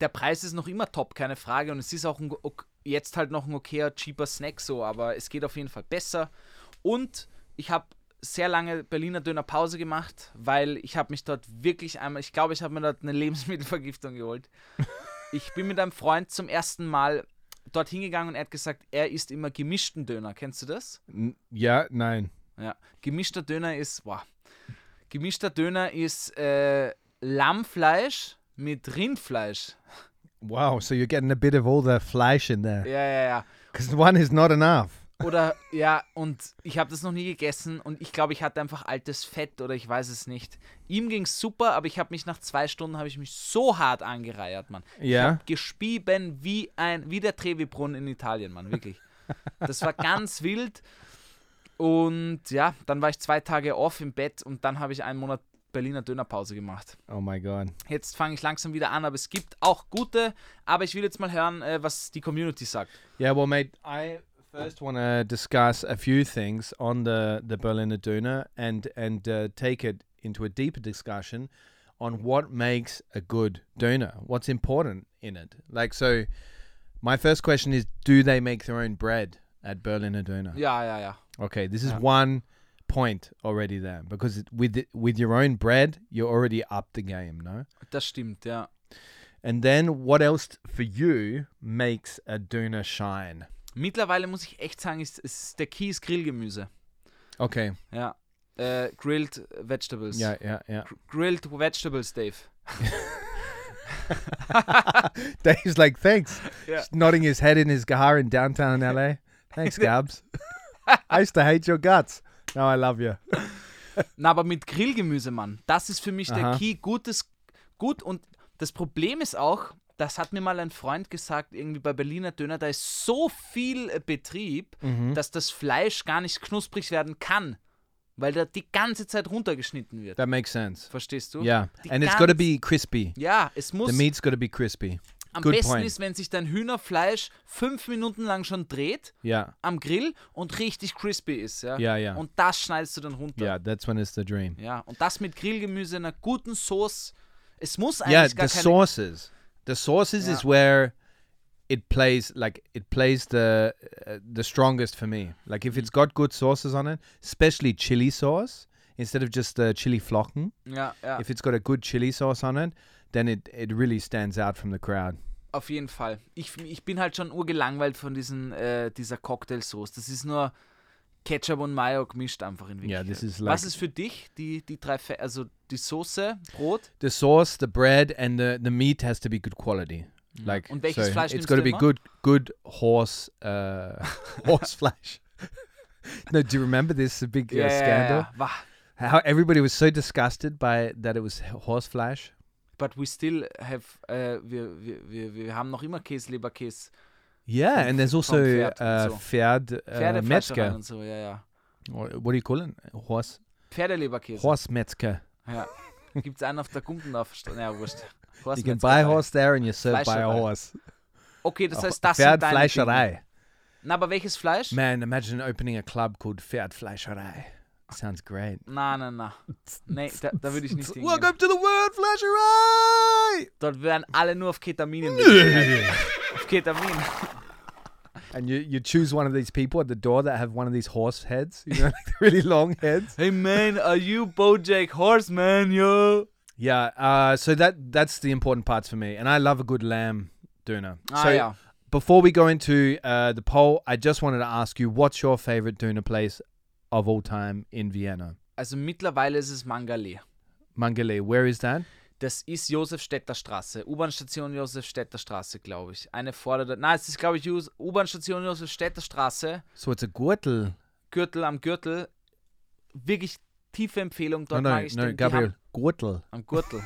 der Preis ist noch immer top, keine Frage. Und es ist auch ein, go- ok- jetzt halt noch ein okayer, cheaper Snack so, aber es geht auf jeden Fall besser. Und ich habe sehr lange Berliner Döner Pause gemacht, weil ich habe mich dort wirklich einmal, ich glaube, ich habe mir dort eine Lebensmittelvergiftung geholt. Ich bin mit einem Freund zum ersten Mal dort hingegangen und er hat gesagt, er isst immer gemischten Döner. Kennst du das?
N- yeah, nine.
Ja. Gemischter Döner ist, boah. Gemischter Döner ist äh, Lammfleisch mit Rindfleisch.
Wow, so you're getting a bit of all the flesh in there.
Ja, ja, ja.
Because one is not enough.
Oder, ja, und ich habe das noch nie gegessen und ich glaube, ich hatte einfach altes Fett oder ich weiß es nicht. Ihm ging's super, aber ich habe mich nach zwei Stunden, habe ich mich so hart angereiert, Mann.
Ja.
Ich habe gespieben wie, ein, wie der Trevi-Brunnen in Italien, Mann, wirklich. Das war ganz wild. Und ja, dann war ich zwei Tage off im Bett und dann habe ich einen Monat Berliner Dönerpause gemacht.
Oh my God.
Jetzt fange ich langsam wieder an, aber es gibt auch gute. Aber ich will jetzt mal hören, äh, was die Community sagt.
Yeah, well, mate, I first want to discuss a few things on the the Berliner Döner and and uh, take it into a deeper discussion on what makes a good Döner, what's important in it. Like, so my first question is, do they make their own bread at Berliner Döner?
Ja, ja, ja.
Okay, this is one point already there because it- with it- with your own bread, you're already up the game, no?
Das stimmt, ja.
And then what else for you makes a Döner shine?
Mittlerweile muss ich echt sagen, ist, ist, der Key ist Grillgemüse.
Okay.
Ja. Äh, grilled Vegetables.
Yeah, yeah, yeah.
Gr- Grilled Vegetables, Dave.
Dave's like, thanks.
Yeah.
Just nodding his head in his gahar in downtown LA. Thanks, Gabs. I used to hate your guts. Now I love you.
Na, aber mit Grillgemüse, Mann. Das ist für mich
Aha.
der Key. Gutes, gut. Und das Problem ist auch, das hat mir mal ein Freund gesagt, irgendwie bei Berliner Döner, da ist so viel äh, Betrieb,
Mhm.
dass das Fleisch gar nicht knusprig werden kann, weil da die ganze Zeit runtergeschnitten wird.
That makes sense.
Verstehst du?
Yeah.
Die
And it's got to
ganz-
be crispy.
Ja, es muss.
The meat's got to be crispy.
am
Good
besten
point.
ist, wenn sich dein Hühnerfleisch fünf Minuten lang schon dreht
Yeah.
am Grill und richtig crispy ist. Ja,
Ja, ja.
Und das schneidest du dann runter.
Yeah, that's when it's the dream.
Ja, und das mit Grillgemüse, einer guten Sauce. Es muss eigentlich
Yeah,
gar
the
keine...
sauces. The sauces is where it plays like it plays the uh, the strongest for me. Like if it's got good sauces on it, especially chili sauce instead of just the chili flocken.
Ja, ja,
if it's got a good chili sauce on it, then it, it really stands out from the crowd.
auf jeden Fall. Ich, ich bin halt schon urgelangweilt von diesen, äh, dieser Cocktail-Sauce. Das ist nur Ketchup und Mayo gemischt einfach in Wirklichkeit.
this is
Was
like-
ist für dich die, die drei... Fe also die Soße, Brot?
The sauce, the bread, and the, the meat has to be good quality. Like
Mm. Und welches
so
Fleisch
it's
nimmst
got to
du
be
immer?
good good horse uh, [LAUGHS] horse flesh. [LAUGHS] no, do you remember this big uh,
Äh,
scandal?
Wah.
How everybody was so disgusted by that it was h- horse flesh.
But we still have... Äh, wir, wir, wir, wir haben noch immer Käse, Leberkäse.
Yeah,
From
and there's
f-
also
from
uh, Pferd
Pferd and so. Äh,
uh,
Pferdefleisch rein
Metzger.
und so, ja, ja.
Or what do you call it? Horse
Pferdeleberkäse.
horse Metzger.
Ja. Gibt es einen auf der Gumpendorfer Straße? Ja, wurscht. Horst
You can
Metzger
buy
rein.
horse there and you serve by a
Fleischerei.
horse. Oh,
Okay, das heißt, das sind deine Dinge.
Pferdfleischerei.
Na, aber welches Fleisch?
Man, imagine opening a club called Pferdfleischerei. Sounds great.
Na, na, na. Nee, da, da würde ich nicht hingehen.
Welcome to the world,
[LAUGHS]
Flasherei!
Dort wären alle nur auf Ketamin. in- auf Ketamin.
And you, you choose one of these people at the door that have one of these horse heads, you know, [LAUGHS] like really long heads.
Hey man, are you Bojack Horseman, yo?
Yeah, uh, so that that's the important parts for me, and I love a good lamb doona.
Ah,
so
yeah.
before we go into uh, the poll, I just wanted to ask you, what's your favorite doona place of all time in Vienna?
Also mittlerweile ist es Mangale.
Mangale, where is that?
Das ist Josefstädter Straße, U-Bahn-Station Josefstädter Straße, glaube ich. Eine vordere. Na, es ist, glaube ich, Jus- U-Bahn-Station Josefstädter Straße.
So it's a Gürtel.
Gürtel am Gürtel. Wirklich tiefe Empfehlung
No,
dort mag
no,
ich
no,
den. Die
Gabriel,
haben-
Gürtel. [LAUGHS]
Am Gürtel.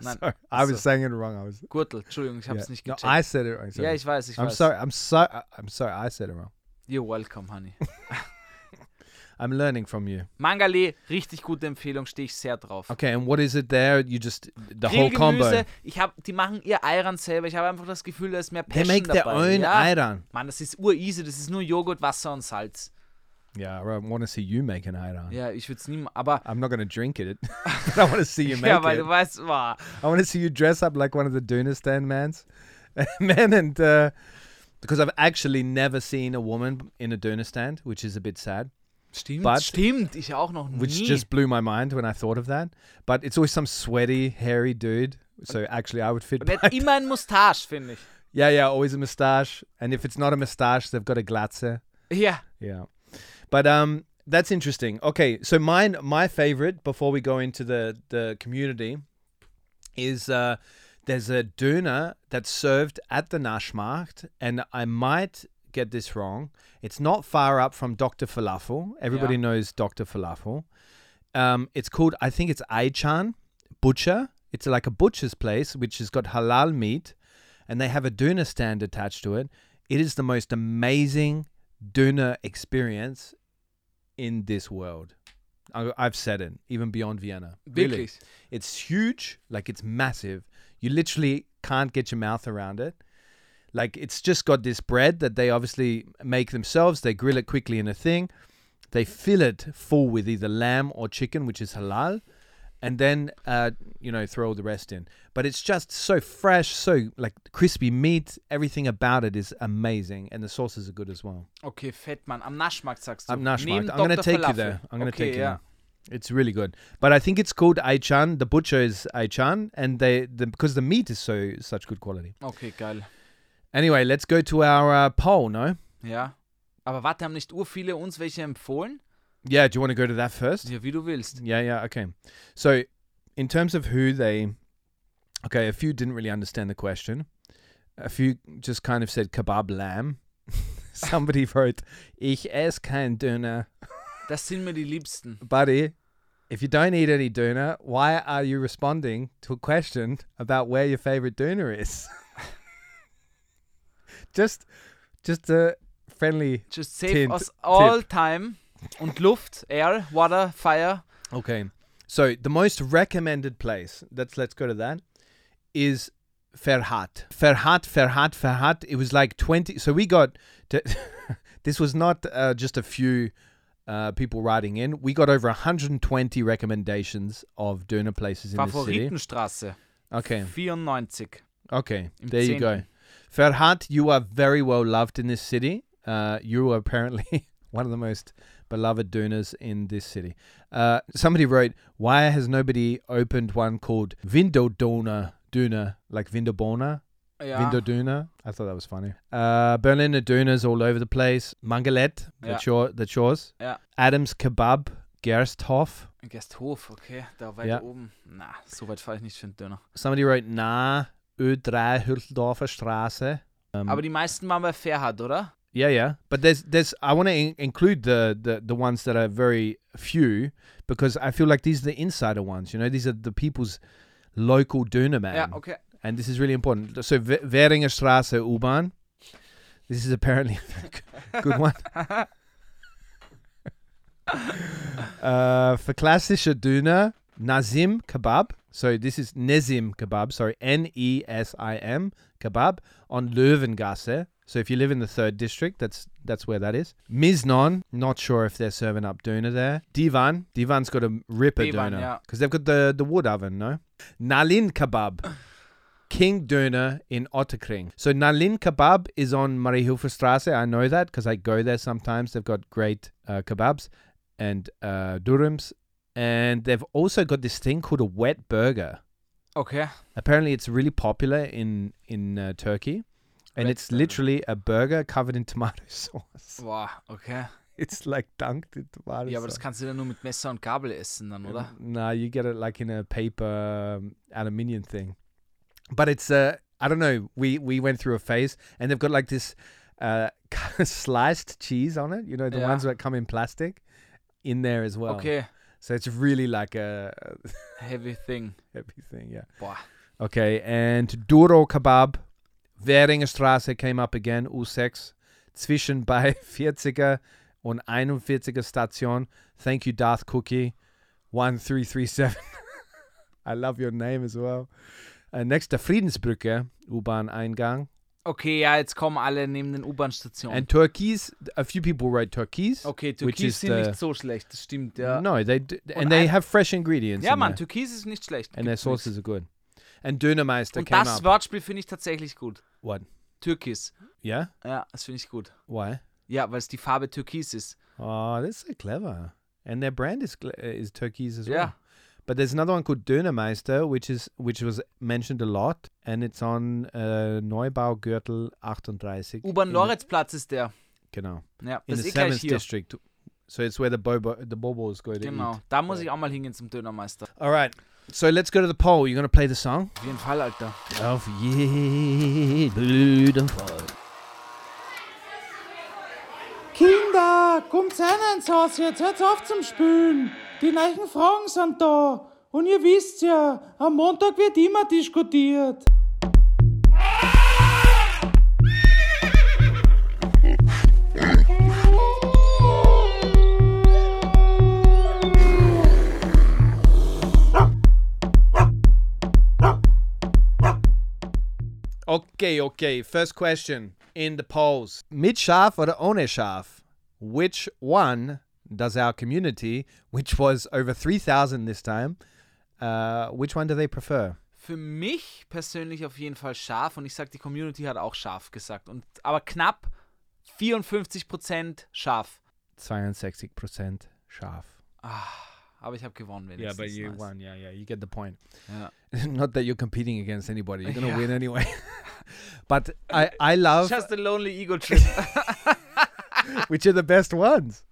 Nein,
Sorry, I was
so.
saying it wrong. I was.
Gürtel. Entschuldigung, ich habe
yeah.
es nicht
No,
gecheckt.
I said it wrong. Sorry.
ja, ich weiß, ich
I'm
weiß.
sorry. I'm so. I- I'm sorry. I said it wrong.
You're welcome, honey.
I'm learning from you.
Mangale, richtig gute Empfehlung, stehe ich sehr drauf.
Okay, and what is it there? You just the whole combo.
Grillgemüse, Ich hab, die machen ihr Ayran selber. Ich habe einfach das Gefühl, da ist mehr
They
Passion
make their
dabei.
own
ja.
ayran.
Mann, das ist ureasy. Das ist nur Joghurt, Wasser und Salz.
Yeah, I want to see you make an ayran.
Ja, ich würde es nie. Aber
I'm not going to drink it. [LAUGHS] but I want to see you make
ja, weil
it.
du weißt, oh, wow.
I want to see you dress up like one of the Duna stand mans, [LAUGHS] man, and uh, because I've actually never seen a woman in a Duna stand, which is a bit sad.
Stimmt,
But-
stimmt. Ich auch noch nie.
which just blew my mind when I thought of that. But it's always some sweaty, hairy dude. So actually, I would fit.
und er
by-
hat immer ein Mustache, finde ich.
[LAUGHS] yeah, yeah, always a moustache. And if it's not a moustache, they've got a glatze.
Ja,
Yeah, but um, that's interesting. Okay, so mine, my favorite before we go into the the community, is uh, there's a doona that's served at the Naschmarkt, and I might get this wrong. It's not far up from Dr. Falafel. Everybody
Yeah.
knows Dr. Falafel. Um, it's called, I think it's Aichan Butcher. It's like a butcher's place which has got halal meat, and they have a doona stand attached to it. It is the most amazing doona experience in this world. I, I've said it, even beyond Vienna. Really.
wirklich.
It's huge, like it's massive. You literally can't get your mouth around it. Like it's just got this bread that they obviously make themselves. They grill it quickly in a thing. They fill it full with either lamb or chicken, which is halal, and then uh, you know throw all the rest in. But it's just so fresh, so like crispy meat. Everything about it is amazing, and the sauces are good as well.
Okay, Fettmann. Am Naschmarkt sagst du.
I'm not
Neben
smart. I'm gonna
Dr.
take you
Falafel.
there. I'm gonna
okay,
take you.
ja.
There. It's really good, but I think it's called Aichan. The butcher is Aichan, and they the, because the meat is so such good quality.
Okay, geil.
Anyway, let's go to our uh, poll. No,
Ja. Aber warte, haben nicht ur viele uns welche empfohlen?
yeah. Do you want to go to that first?
Ja, wie du willst.
Yeah, yeah. Okay. So, in terms of who they, okay, a few didn't really understand the question. A few just kind of said kebab lamb. [LAUGHS] Somebody wrote, "Ich esse kein Döner."
Das sind mir die Liebsten.
buddy, if you don't eat any doona, why are you responding to a question about where your favorite doona is? [LAUGHS] just, just a friendly.
Just save
Tint-
us all time und Luft, Air, Water, Fire.
Okay, so the most recommended place. Let's let's go to that. Is Ferhat. Ferhat, Ferhat, Ferhat. It was like 20. So we got, to, [LAUGHS] this was not uh, just a few uh, people writing in. We got over 120 recommendations of doona places in the city.
Favoritenstraße
Okay.
94.
Okay,
Im
there you go.
Zehnten.
Ferhat, you are very well loved in this city. Uh, you are apparently [LAUGHS] one of the most beloved doonas in this city. Uh, somebody wrote, "Why has nobody opened one called Vindodona Duna, like Vindobona,
Ja.
Vindoduna?" I thought that was funny. Uh, Berliner Dunas all over the place. Mangalet, that's your that's yours.
Yeah.
Adams Kebab, Gersthof.
Gasthof, okay, da weit
Ja.
oben. Na, so weit fahre ich nicht für einen Döner.
Somebody wrote, "Nah, Ö3 Hürteldorfer Straße." Um,
Aber die meisten waren bei Ferhat, oder?
Yeah, yeah. But there's there's I want to in- include the, the the ones that are very few because I feel like these are the insider ones. You know, these are the people's local doona man,
Ja, okay.
and this is really important. So Ve- Währinger Straße U-Bahn. This is apparently a very g- good
[LAUGHS]
one. uh, for klassische Döner, Nazim Kebab. So this is Nezim Kebab. Sorry, N E S I M Kebab on Löwengasse. So if you live in the third district, that's that's where that is. Miznon, not sure if they're serving up doona there. Divan, Divan's got a ripper
Divan,
doona
yeah.
because they've got the the wood oven, no? Nalin kebab, King Doona in Otterkring. So Nalin kebab is on Mariehilferstrasse. I know that because I go there sometimes. They've got great uh, kebabs and uh, durums, and they've also got this thing called a wet burger.
Okay.
Apparently, it's really popular in in uh, Turkey, and
Red
it's
burger.
literally a burger covered in tomato [LAUGHS] sauce.
Wow, okay.
It's like dunked in tomato
Ja, aber
sauce.
das kannst du dann nur mit Messer und Gabel essen dann, oder?
No, you get it like in a paper um, aluminium thing. But it's uh, I don't know. We we went through a phase, and they've got like this uh, [LAUGHS] sliced cheese on it. You know, the
Yeah.
ones that come in plastic, in there as well.
Okay.
So it's really like a [LAUGHS]
Heavy thing.
everything. Yeah.
Boah.
Okay, and Duro Kebab, Währingerstraße came up again, U6, zwischen bei [LAUGHS] 40er und 41er Station. Thank you, Darth Cookie, 1337. [LAUGHS] I love your name as well. Uh, next to Friedensbrücke, U-Bahn-Eingang.
Okay, ja, jetzt kommen alle neben den U-Bahn-Stationen.
And Turkeys, a few people write Turkeys.
Okay,
which
Türkis
is
sind
the-
nicht so schlecht, das stimmt, ja.
No, they d-
Und
and they
ein-
have fresh ingredients.
ja,
in
Mann,
there,
Türkis ist nicht schlecht.
and their
Gibt's nix.
sauces are good. And Dönermeister
Und
came
das
up.
Wortspiel finde ich tatsächlich gut.
What?
Türkis.
Yeah?
Ja, das finde ich gut.
Why?
Ja, weil es die Farbe Türkis ist.
Oh, that's so clever. And their brand is gl- uh, is turkeys as
Yeah.
well. But there's another one called Dönermeister, which is which was mentioned a lot, and it's on uh, Neubaugürtel 38.
U-Bahn
in the-
Loritzplatz ist der.
Genau.
Ja,
In
das
the
ist eh gleich
seventh
hier.
district. So it's where the bobo the bobos go to
Genau,
eat.
da muss ich auch mal hingehen zum Dönermeister.
All right. So let's go to the poll. You're gonna play the song.
Auf jeden Fall, Alter.
Auf jeden Fall.
Kinder, kommt rein ins Haus jetzt, hört auf zum Spülen. Die neuen Fragen sind da. Und ihr wisst ja, am Montag wird immer diskutiert.
Okay, okay. First question in the polls. Mit Schaf oder ohne Schaf? Which one does our community, which was over 3,000 this time, uh, which one do they prefer?
Für mich persönlich auf jeden Fall scharf und ich sag, die Community hat auch scharf gesagt. Und, aber knapp 54% scharf.
62% Schaf.
Aber ich habe gewonnen, wenn
Yeah, but you won. Yeah, yeah. You get the point. [LAUGHS]
Yeah.
Not that you're competing against anybody. You're going to
[LAUGHS] Yeah.
win anyway. [LAUGHS] but I, I love.
Just a lonely ego
[LAUGHS]
trip. [LAUGHS]
which are the best ones.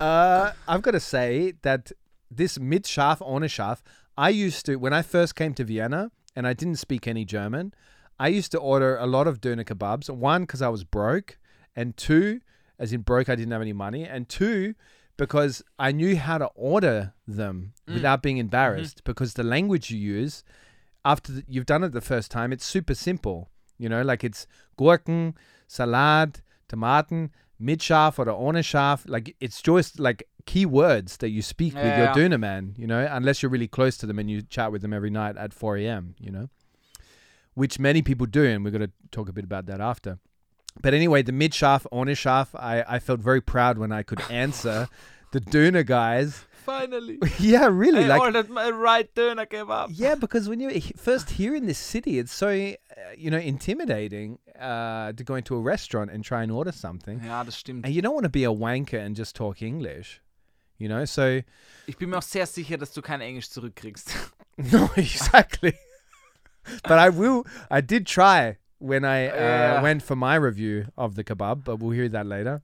Uh, I've got to say that this Mitschaf ohne Schaf, I used to when I first came to Vienna and I didn't speak any German. I used to order a lot of doner kebabs. One because I was broke, and two, as in broke, I didn't have any money, and two because I knew how to order them without being embarrassed. Because the language you use after the, you've done it the first time, it's super simple. You know, like it's Gurken, Salad, Tomaten, mit Schaf oder ohne Schaf. Like it's just like key words that you speak with your
Yeah.
Döner man, you know, unless you're really close to them and you chat with them every night at 4 a.m., you know, which many people do. And we're going to talk a bit about that after. But anyway, the mid Schaf, ohne Schaf, I, I felt very proud when I could answer the Döner guys. [LAUGHS]
Finally.
yeah, really.
I
like,
ordered my right Döner kebab.
yeah, because when you're h- first here in this city, it's so uh, you know intimidating uh, to go into a restaurant and try and order something,
Ja, das stimmt.
and you don't want to be a wanker and just talk English, you know. So [LAUGHS]
Ich bin mir auch sehr sicher, dass du kein Englisch [LAUGHS] zurückkriegst.
no, [LAUGHS] exactly. but I will. I did try when I uh,
Yeah.
went for my review of the kebab, but we'll hear that later.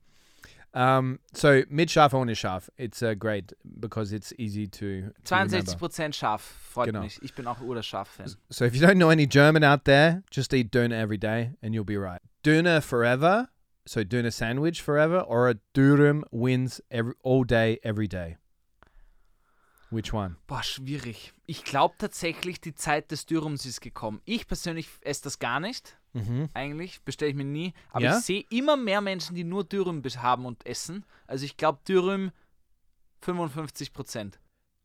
Um, so mid shaf only shaf, it's uh, great because it's easy to, to remember.
62% scharf. Freut
Genau.
mich. Ich bin auch Uder Scharf-Fan.
So if you don't know any German out there, just eat Döner every day and you'll be right. Döner forever, so Döner sandwich forever, or a Dürüm wins every, all day, every day. Which one?
Boah, schwierig. Ich glaube tatsächlich, die Zeit des Dürums ist gekommen. Ich persönlich esse das gar nicht. Eigentlich bestelle ich mir nie. Aber
Ja?
ich sehe immer mehr Menschen, die nur Dürüm bes- haben und essen. Also ich glaube Dürüm 55 Prozent.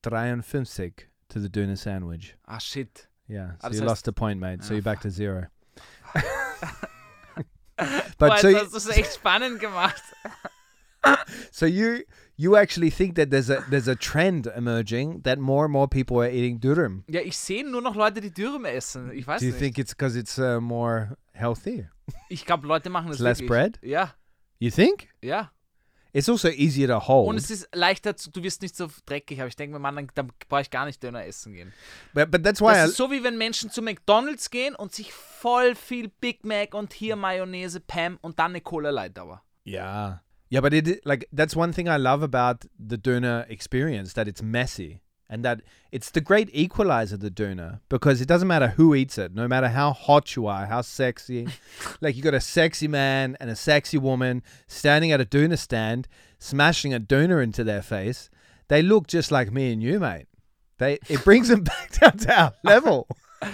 53 to the Döner sandwich.
Ah shit.
Yeah, so
Ah, das
you
heißt-
lost a point, mate. So
Ah,
you're back to zero. [LAUGHS] But
Boah,
so,
jetzt hast
you,
du es echt
[LAUGHS]
spannend gemacht.
so you you actually think that there's a there's a trend emerging that more and more people are eating durum.
Ja, ich sehe nur noch Leute, die Dürüm essen. Ich weiß
Do you
nicht.
think it's because it's uh, more healthy?
Ich glaube, Leute machen das
It's less
wirklich. Ja,
You think?
ja.
It's also easier to hold.
Und es ist leichter, zu, du wirst nicht so dreckig, aber ich denke mir, Mann, dann, dann brauche ich gar nicht Döner essen gehen.
but, but that's why I,
Das ist so, wie wenn Menschen zu McDonalds gehen und sich voll viel Big Mac und hier Mayonnaise, Pam und dann eine Cola Light aber.
Yeah. Yeah, but it like that's one thing I love about the Duna experience that it's messy and that it's the great equalizer the Duna because it doesn't matter who eats it, no matter how hot you are, how sexy. like you got a sexy man and a sexy woman standing at a Duna stand, smashing a Duna into their face. They look just like me and you, mate. They it brings them [LAUGHS] back down to our level.
[LAUGHS]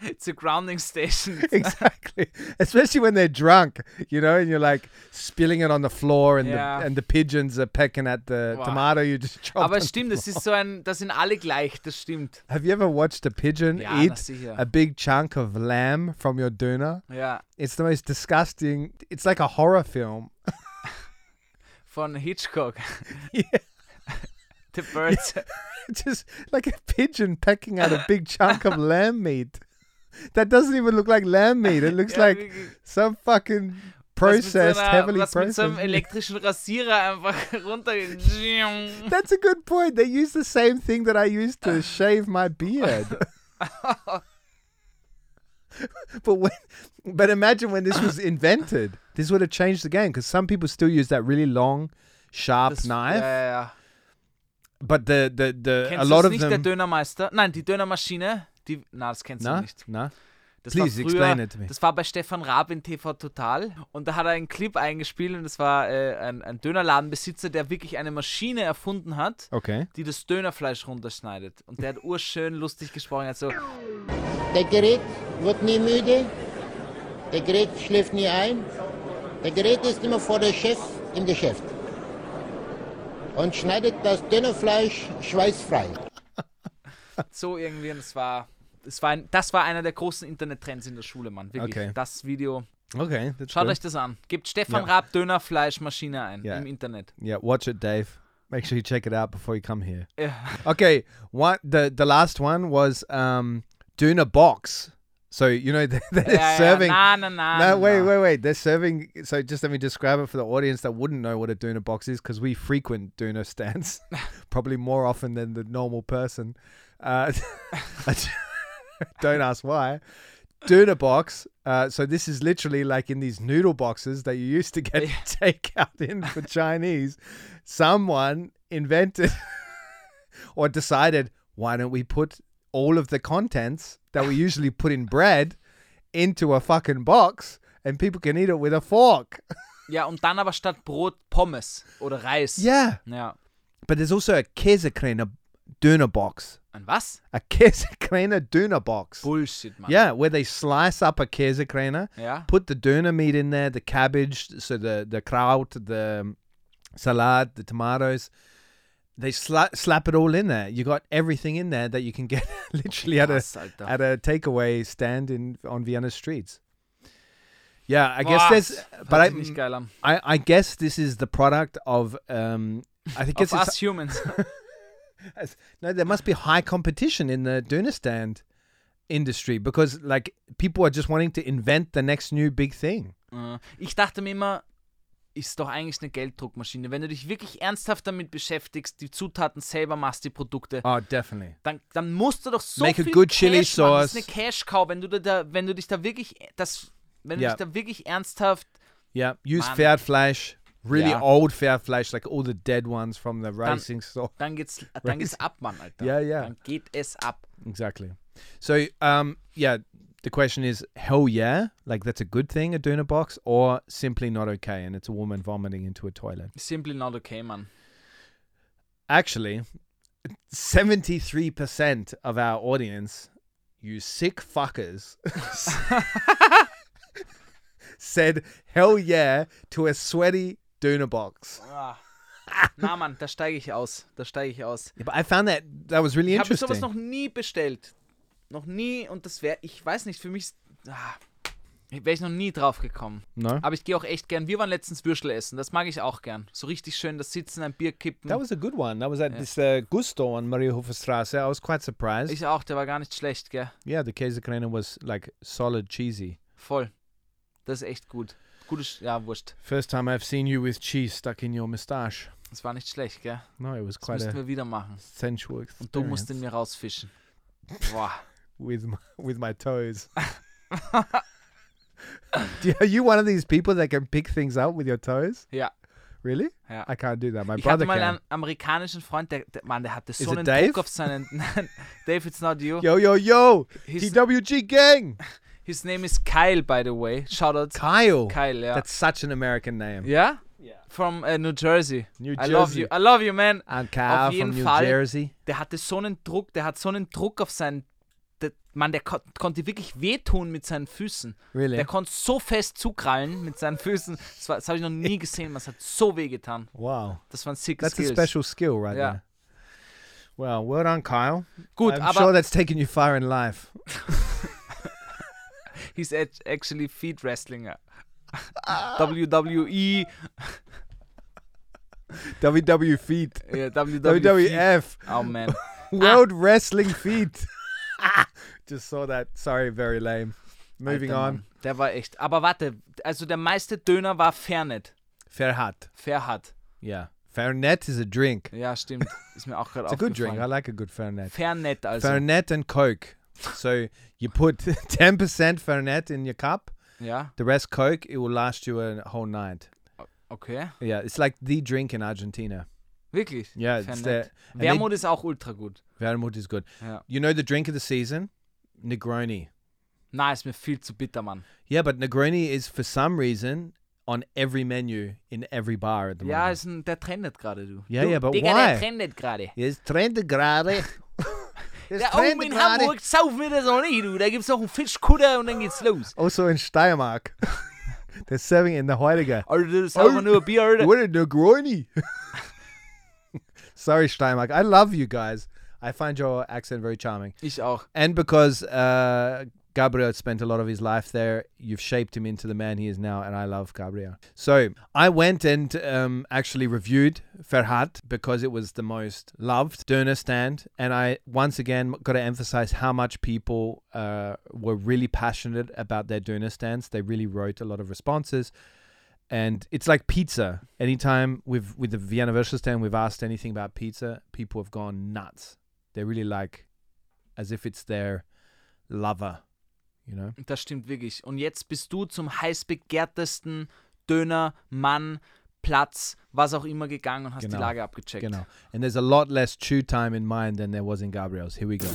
It's a grounding station.
[LAUGHS] exactly. Especially when they're drunk, you know, and you're like spilling it on the floor, and
Yeah.
the and the pigeons are pecking at the
Wow.
tomato you just chopped.
Aber
on
es stimmt,
the
das ist so ein, das sind alle gleich, das stimmt.
floor. Have you ever watched a pigeon
Ja, na
eat
sicher.
a big chunk of lamb from your doona?
Ja,
It's the most disgusting. It's like a horror film. [LAUGHS]
von Hitchcock.
Yeah.
The Birds.
just like a pigeon pecking at a big chunk
[LAUGHS]
of lamb meat. That doesn't even look like lamb meat.
[LAUGHS]
It looks
Ja,
like
wirklich.
some fucking
Was mit so
processed,
einer-
heavily
was mit so einem
processed.
elektrischen Rasierer einfach [LAUGHS] runtergeht.
That's a good point. They use the same thing that I used to shave my beard. but when, but imagine when this was invented, this would have changed the game because some people still use that really long, sharp
Das-
knife.
Ja, ja, ja.
But the the the
Kennst
a
du
lot
das
of
nicht, der
them.
Dönermeister? Nein, die Dönermaschine. Die, na, das kennst du
No,
nicht.
no.
Das
Please,
war früher,
explain it to me.
Das war bei Stefan Raab in TV Total und da hat er einen Clip eingespielt und das war äh, ein, ein Dönerladenbesitzer, der wirklich eine Maschine erfunden hat,
Okay.
die das Dönerfleisch runterschneidet. Und der hat urschön lustig gesprochen. Also,
Der Gerät wird nie müde. Der Gerät schläft nie ein. Der Gerät ist immer vor der Chef im Geschäft. Und schneidet das Dönerfleisch schweißfrei.
so irgendwie und es war, es war ein, das war einer der großen Internettrends in der Schule, Mann. Wirklich.
Okay.
Das Video.
Okay. That's
Schaut
good.
euch das an. Gebt Stefan
Ja.
Raab Dönerfleischmaschine ein
Ja.
im Internet.
Yeah, watch it, Dave. Make sure you check it out before you come here. [LAUGHS] Okay, one the the last one was um doing a box. So you know [LAUGHS] they're, they're
Ja, ja,
serving.
na, na, na,
no,
na,
wait,
na.
wait, wait. They're serving. So just let me describe it for the audience that wouldn't know what a doona box is because we frequent doona stands [LAUGHS] probably more often than the normal person. Uh, [LAUGHS] don't ask why. Doona box. Uh, so this is literally like in these noodle boxes that you used to [LAUGHS] get takeout in for Chinese. Someone invented [LAUGHS] or decided, why don't we put all of the contents that we usually put in bread into a fucking box and people can eat it with a fork? [LAUGHS]
Ja, und dann aber statt Brot Pommes oder Reis.
Yeah.
Ja.
But there's also a Käsekräne doona box.
Ein was?
A [LAUGHS] Käsekräne doona box.
Bullshit, Mann.
Yeah, where they slice up a käsekrainer,
Yeah.
put the doner meat in there, the cabbage, so the the kraut, the um, salad, the tomatoes. They sla- slap it all in there. You got everything in there that you can get [LAUGHS] literally at a
Krass, Alter.
at a takeaway stand in on Vienna streets. Yeah, I guess
Boah,
there's,
hört
but I,
sich nicht geil an.
I I guess this is the product of um. I think
Of
it's, it's
us humans.
as- [LAUGHS] No, there must be high competition in the doona stand industry because like people are just wanting to invent the next new big thing.
Äh, ich dachte mir immer, ist doch eigentlich eine Gelddruckmaschine. Wenn du dich wirklich ernsthaft damit beschäftigst, die Zutaten selber machst, die Produkte,
Oh, definitely.
dann, dann musst du doch so
Make a
viel
good
Cash
chili
machen. Das
sauce.
ist eine Cash Cow, wenn du da- da, wenn du dich da wirklich das wenn
Ja.
du dich da wirklich ernsthaft
Yeah, use
Man.
fair flash, really
Yeah.
old fair flash, like all the dead ones from the racing store. [LAUGHS]
dann geht's, dann geht's ab, Mann, Alter.
Ja, ja.
Dann geht es ab.
Exactly. So, um, yeah, the question is, hell yeah, like that's a good thing, a doona box, or simply not okay, and it's a woman vomiting into a toilet.
Simply not okay, Mann.
Actually, 73% of our audience, you sick [LAUGHS] fuckers, said hell yeah to a sweaty doona box.
Ah. Na, Mann, da steige ich aus. Da steige ich aus.
Yeah, but I found that that was really
Ich habe
interesting.
sowas noch nie bestellt. Noch nie und das wäre, ich weiß nicht, für mich. ist- Ah, Wäre ich noch nie drauf gekommen.
No.
Aber ich gehe auch echt gern. Wir waren letztens Würstel essen. Das mag ich auch gern. So richtig schön das Sitzen, ein Bier kippen.
That was a good one. That was at this uh, Gusto on Mariahilferstrasse. I was quite surprised.
ich auch, der war gar nicht schlecht, gell?
yeah, the Käsekrone was like solid cheesy.
Voll. Das ist echt gut. Gutes, ja, wurscht.
First time I've seen you with cheese stuck in your moustache.
Das war nicht schlecht, gell?
No, it was
Das
quite
müssten
a
wir wieder machen.
sensual
Und du musst den
experience
mir rausfischen. Boah.
with my, [LAUGHS] with my
[LAUGHS]
toes. Do- Are you one of these people that can pick things up with your toes?
Ja.
Really?
Ja.
I can't do that. My
Ich
brother
hatte mal
can.
einen amerikanischen Freund, der, der Mann, der hatte so
it
einen
Dave?
Druck auf seinen. [LAUGHS] Nein, Dave, it's not you.
Yo, yo, yo!
His-
TWG
[LAUGHS]
gang!
His name is Kyle, by the way. Shoutout.
Kyle.
Kyle, ja.
That's such an American name.
Ja? From äh, New Jersey.
New
I love
Jersey.
you. I love you, man.
I'm Kyle
Auf jeden
from New
Fall.
Jersey.
Der hatte so einen Druck, der hat so einen Druck auf seinen. Der, Mann, der kon konnte wirklich wehtun mit seinen Füßen.
Really?
Der konnte so fest zukrallen mit seinen Füßen. Das, war- das habe ich noch nie gesehen. Man, Es hat so weh getan.
Wow.
Das waren sick
That's
Skills.
a special skill right
Yeah.
there. Well, well done, Kyle.
Gut,
I'm
aber
sure that's taken you far in life.
he's act- actually feet [LAUGHS] wrestlinger. WWE,
WW feet.
yeah, WWE.
WWF.
Oh man.
World Wrestling [LAUGHS] Feet. Just saw that. Sorry, very lame. [LAUGHS] Moving
Alter,
on.
Mann. Der war echt. Aber warte, also der meiste Döner war Fernet.
Ferhat.
Ferhat.
Yeah. Fernet is a drink.
Ja, stimmt. Ist mir auch gerade
It's a
aufgefallen.
good drink. I like a good Fernet.
Fernet also.
Fernet and Coke. So you put [LAUGHS] 10% Fernet in your cup,
Ja,
the rest Coke, it will last you a whole night.
okay.
Yeah, it's like the drink in Argentina.
Wirklich.
Yeah, it's
Fernet.
the and they-
Wermut ist auch ultra gut.
Vermouth is good.
Ja.
You know the drink of the season? Negroni.
Na, ist mir viel zu bitter, Mann.
Yeah, but Negroni is for some reason on every menu in every bar at the
Ja,
moment.
ist ein, der trendet gerade, du.
Ja,
du,
ja, aber
Digga, der
why?
trendet gerade.
It's trendy gerade. It's
Ja, oh, oben in Hamburg saufen wir das auch nicht, du. Da gibt's noch einen Fischkutter und dann geht's los.
Also in Steiermark. They're serving it in the Heiliger.
Alter, das ist aber nur ein Bier, Alter.
What a Negroni. [LAUGHS] Sorry, Steiermark. I love you guys. I find your accent very charming.
Ich auch.
And because uh, Gabriel spent a lot of his life there, you've shaped him into the man he is now, and I love Gabriel. So I went and um, actually reviewed Ferhat because it was the most loved Derner stand, and I once again got to emphasize how much people uh, were really passionate about their Derner stands. They really wrote a lot of responses. And it's like pizza. Anytime we've with the Vienna Virtual Stand, we've asked anything about pizza, people have gone nuts. They really like as if it's their lover, you know?
Das stimmt wirklich. Und jetzt bist du zum heiß begehrtesten Döner, Mann, Platz, was auch immer gegangen und hast
Genau.
die Lage abgecheckt.
Genau. And there's a lot less chew time in mine than there was in Gabriel's. Here we go.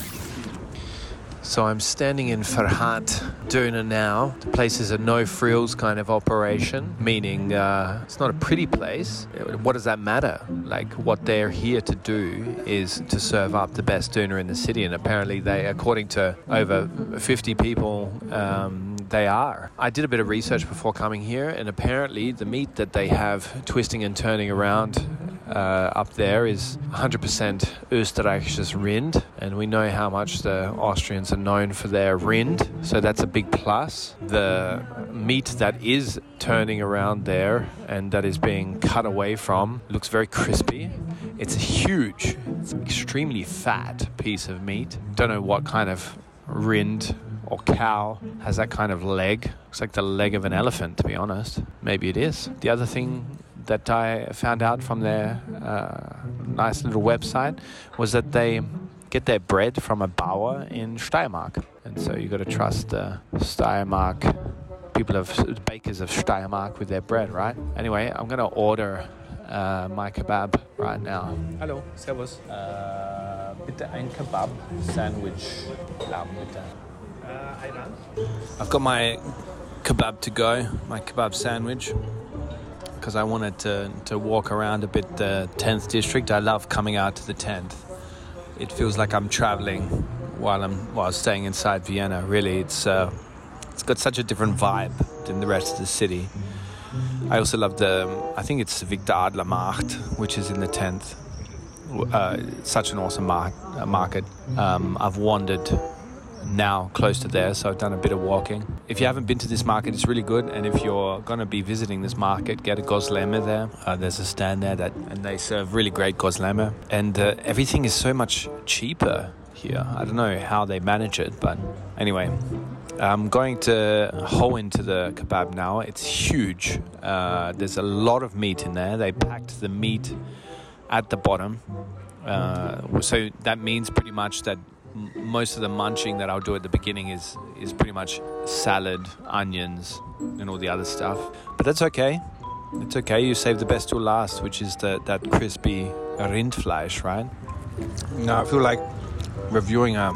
So I'm standing in Farhat Duna now. The place is a no frills kind of operation, meaning uh, it's not a pretty place. What does that matter? Like, what they're here to do is to serve up the best Duna in the city, and apparently, they, according to over 50 people, um, they are. I did a bit of research before coming here, and apparently, the meat that they have twisting and turning around uh, up there is 100% Österreichisches Rind, and we know how much the Austrians are known for their Rind, so that's a big plus. The meat that is turning around there and that is being cut away from looks very crispy. It's a huge, it's an extremely fat piece of meat. Don't know what kind of Rind or cow has that kind of leg. Looks like the leg of an elephant, to be honest. Maybe it is. The other thing that I found out from their uh, nice little website was that they get their bread from a bower in Steiermark. And so you got to trust the Steiermark people of bakers of Steiermark with their bread, right? Anyway, I'm going to order uh, my kebab right now. Hello, servus. Uh, bitte ein kebab sandwich. Lamm, bitte. I've got my kebab to go, my kebab sandwich because I wanted to, to walk around a bit the 10th district. I love coming out to the 10th. It feels like I'm traveling while I'm while staying inside Vienna. Really, it's uh, it's got such a different vibe than the rest of the city. I also love the I think it's Victor Adler Markt, which is in the 10th. Uh, such an awesome mar- uh, market. Um, I've wandered now close to there, so I've done a bit of walking. If you haven't been to this market, it's really good. And if you're going to be visiting this market, get a gozleme there. Uh, there's a stand there that, and they serve really great gozleme. And uh, everything is so much cheaper here. I don't know how they manage it, but anyway. I'm going to hoe into the kebab now. It's huge. Uh, there's a lot of meat in there. They packed the meat at the bottom. Uh, so that means pretty much that m- most of the munching that I'll do at the beginning is is pretty much salad, onions, and all the other stuff. But that's okay. It's okay. You save the best till last, which is the, that crispy rindfleisch, right? No, I feel like reviewing a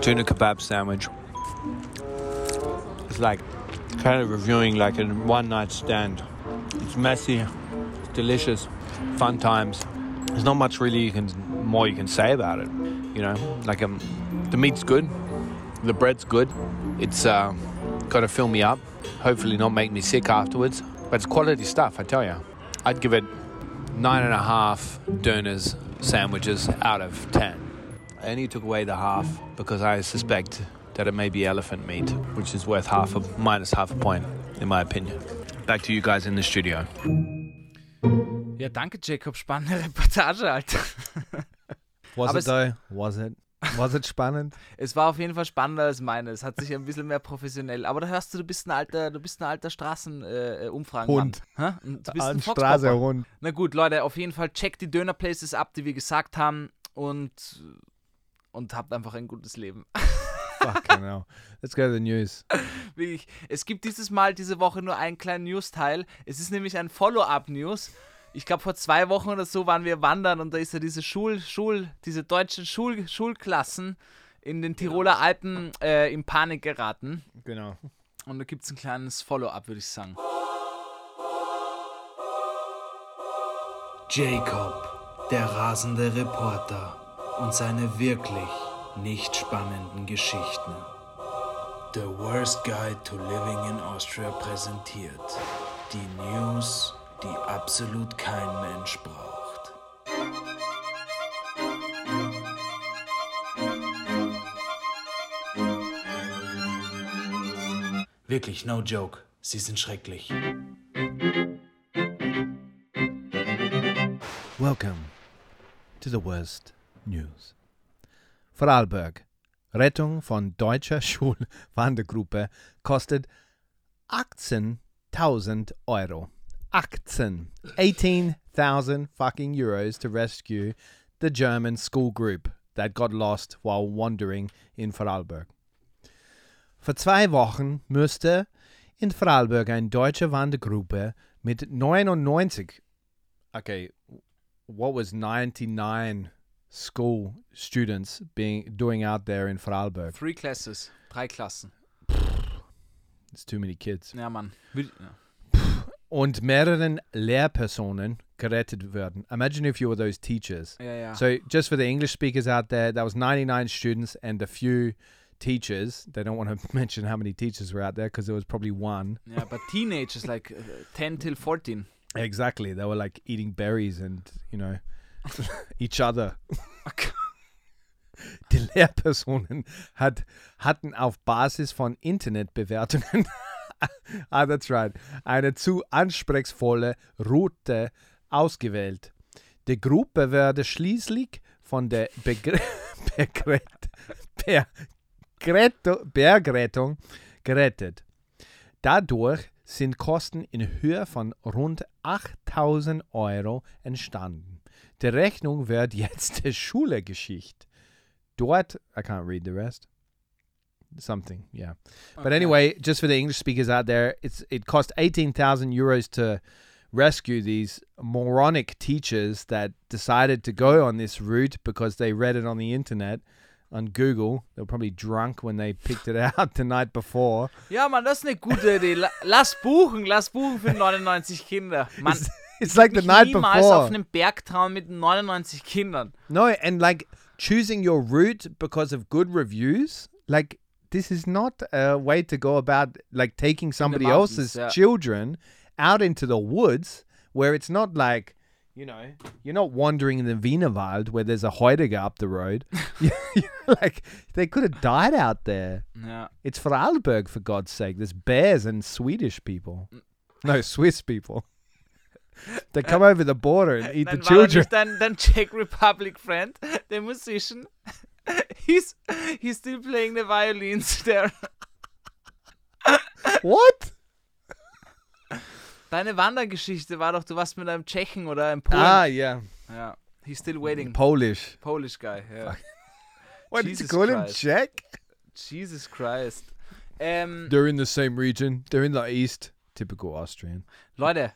tuna kebab sandwich. It's like kind of reviewing like a one night stand. It's messy, it's delicious, fun times. There's not much really you can more you can say about it. You know, like um, the meat's good, the bread's good. It's uh, got to fill me up. Hopefully, not make me sick afterwards. But it's quality stuff, I tell you. I'd give it nine and a half donors sandwiches out of ten. I only took away the half because I suspect that it may be elephant meat, which is worth half a minus half a point, in my opinion. Back to you guys in the studio.
Ja, danke, Jacob. Spannende [LAUGHS] Reportage, Alter.
Was it
Aber es-
though? Was it? Was it spannend?
[LAUGHS] Es war auf jeden Fall spannender als meine. Es hat sich ein bisschen mehr professionell. Aber da hörst du, du bist ein alter, du bist ein alter Straßenumfragen. Äh, Umfragenmann.
Hund.
Hä? Und Du bist ein
An
Foxpopper.
Straße rund.
Na gut, Leute, auf jeden Fall checkt die Döner-Places ab, die wir gesagt haben und, und habt einfach ein gutes Leben.
Fucking hell. Let's go to the news.
Wirklich. Es gibt dieses Mal, diese Woche nur einen kleinen News-Teil. Es ist nämlich ein Follow-up-News. Ich glaube, vor zwei Wochen oder so waren wir wandern und da ist ja diese Schul, Schul, diese deutschen Schul, Schulklassen in den Tiroler Alpen äh, in Panik geraten.
Genau.
Und da gibt es ein kleines Follow-up, würde ich sagen.
Jacob, der rasende Reporter und seine wirklich nicht spannenden Geschichten. The Worst Guide to Living in Austria präsentiert die News, die absolut kein Mensch braucht. Wirklich, no joke, sie sind schrecklich.
Welcome to the worst news. Vorarlberg. Rettung von deutscher [LAUGHS] Schulwandergruppe kostet 18.000 Euro. 18. 18,000 fucking euros to rescue the German school group that got lost while wandering in Vorarlberg. Vor zwei Wochen musste in Vorarlberg eine deutsche Wandergruppe mit 99, okay, what was 99 school students being doing out there in Vorarlberg?
Three classes, drei Klassen.
It's too many kids.
Ja, Mann. Will- Ja.
Und mehreren Lehrpersonen gerettet werden. Imagine if you were those teachers.
Ja, ja.
So just for the English speakers out there, that was 99 students and a few teachers. They don't want to [LAUGHS] mention how many teachers were out there because there was probably one.
ja, but teenagers, like uh, 10 till 14.
Exactly. They were like eating berries and, you know, [LAUGHS] each other. Die Lehrpersonen hat, hatten auf Basis von Internetbewertungen, [LAUGHS] ah, that's right, eine zu anspruchsvolle Route ausgewählt. Die Gruppe wurde schließlich von der Begr [LAUGHS] Begret Ber- Gretto- Bergrettung gerettet. Dadurch sind Kosten in Höhe von rund 8000 Euro entstanden. Die Rechnung wird jetzt [LAUGHS] der Schule geschickt. Dort, I can't read the rest. Something, yeah. But anyway, just for the English speakers out there, it's it cost 18,000 euros to rescue these moronic teachers that decided to go on this route because they read it on the internet on Google. They were probably drunk when they picked it [LAUGHS] out the night before.
Ja, Mann, das ist eine gute Idee. La- Lass buchen, lass buchen für 99 Kinder. Mann,
It's like the
ich
night
niemals auf
before.
einem Bergtraum mit 99 Kindern.
No, and like choosing your route because of good reviews, like this is not a way to go about like taking somebody
mountains,
else's
yeah.
children out into the woods where it's not like
You know, you're not wandering in the Wienerwald where there's a Heidegger up the road. [LAUGHS] like they could have died out there.
Ja.
It's Vorarlberg, for God's sake. There's bears and Swedish people. No, Swiss people. [LAUGHS] They come over the border and eat the
Nein, war er
children.
nicht dein, dein Czech Republic friend, the musician. [LAUGHS] He's, he's still playing the violins there.
What?
Deine Wandergeschichte war doch, du warst mit einem Tschechen oder einem Polen.
Ah, yeah.
Ja. He's still waiting.
Polish.
Polish guy. [LAUGHS] Ja.
What
Jesus
did you call
Christ.
him? Czech?
Jesus Christ. Ähm,
They're in the same region. They're in the east. Typical Austrian.
Leute,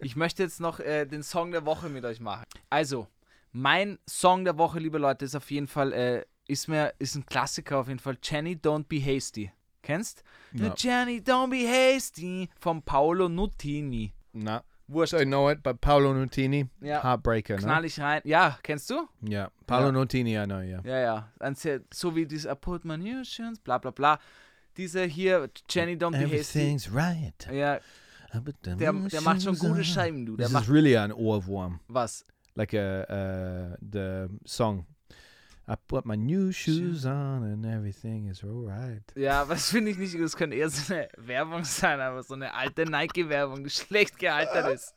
ich möchte jetzt noch äh, den Song der Woche mit euch machen. Also, mein Song der Woche, liebe Leute, ist auf jeden Fall, äh, ist mir, ist ein Klassiker auf jeden Fall. Jenny, don't be hasty. Kennst? Äh,
No.
Jenny, don't be hasty. Von Paolo Nutini.
No.
Wurscht.
I know it, but Paolo Nutini,
Yeah.
heartbreaker. No?
Knall ich rein. Ja, kennst du?
Yeah, Paolo Nutini, I know. Yeah.
Ja, ja. Ein sehr, so wie dieses I put my new shoes, bla bla bla. Diese hier, Jenny, don't be hasty.
Everything's right.
Ja, der, der macht schon gute Scheiben, du. Der
This is
macht
really an Ohrwurm,
was.
like a uh, the song. I put my new shoes on and everything is alright.
Ja, aber das finde ich nicht, das könnte eher so eine Werbung sein, aber so eine alte Nike-Werbung, die schlecht gealtert ist.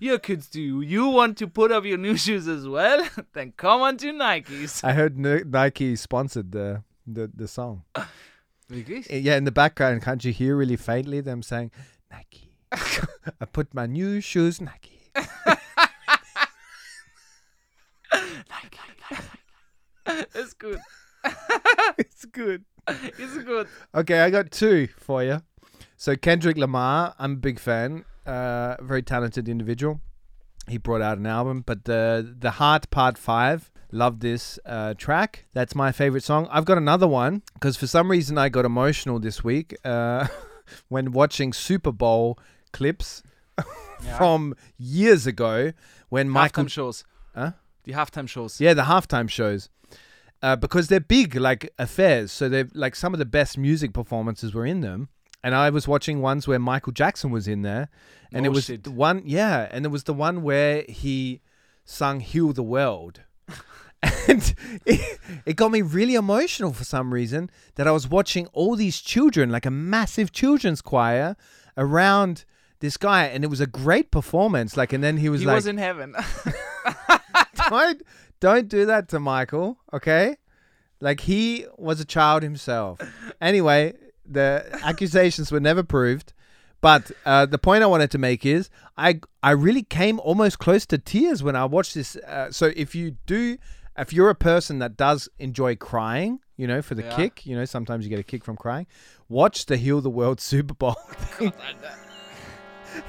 Your kids do you, you want to put up your new shoes as well? Then come on to Nikes.
I heard Ni- Nike sponsored the the, the song.
Wirklich?
Yeah, in the background, can't you hear really faintly them saying Nike? [LAUGHS] I put my new shoes Nike.
Ist
[LAUGHS]
gut,
it's good.
ist gut.
Okay, I got two for you. So Kendrick Lamar, I'm a big fan. Uh, very talented individual. He brought out an album, but the the Heart Part Five. Love this uh, track. That's my favorite song. I've got another one because for some reason I got emotional this week uh, [LAUGHS] when watching Super Bowl clips [LAUGHS] from years ago when Michael
Halftime-Shows.
Hä?
Die Halftime-Shows.
yeah, the halftime shows. Uh, because they're big, like affairs. So they're like some of the best music performances were in them. And I was watching ones where Michael Jackson was in there. And
Oh,
it was
shit.
the one, yeah. And it was the one where he sung Heal the World. [LAUGHS] and it, it got me really emotional for some reason that I was watching all these children, like a massive children's choir around this guy. And it was a great performance. Like, and then he was
He
like,
was in heaven. [LAUGHS]
don't don't do that to Michael, okay? Like he was a child himself. Anyway, the accusations were never proved. But uh, the point I wanted to make is, I I really came almost close to tears when I watched this. Uh, so if you do, if you're a person that does enjoy crying, you know, for the
Yeah.
kick, you know, sometimes you get a kick from crying. Watch the Heal the World [LAUGHS] Super Bowl. thing.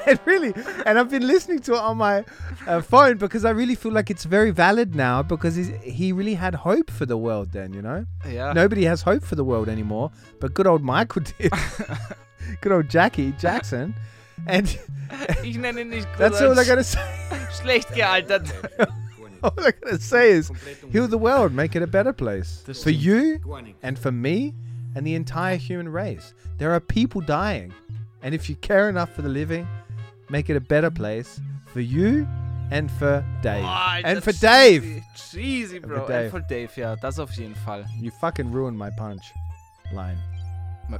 and [LAUGHS] really, and I've been listening to it on my uh, phone because I really feel like it's very valid now because he's, he really had hope for the world then, you know?
ja.
Nobody has hope for the world anymore, but good old Michael [LAUGHS] did. good old Jackie Jackson. And
Ich nenne ihn nicht
that's all I gotta [LAUGHS] say.
schlecht gealtert.
[LAUGHS] All I gotta say is heal the world, make it a better place. For you and for me and the entire human race. There are people dying. And if you care enough for the living, make it a better place for you and for Dave. and for Dave.
Cheesy,
for
Bro.
Dave.
And for Dave, ja, das auf jeden Fall.
You fucking ruined my punch line.
My,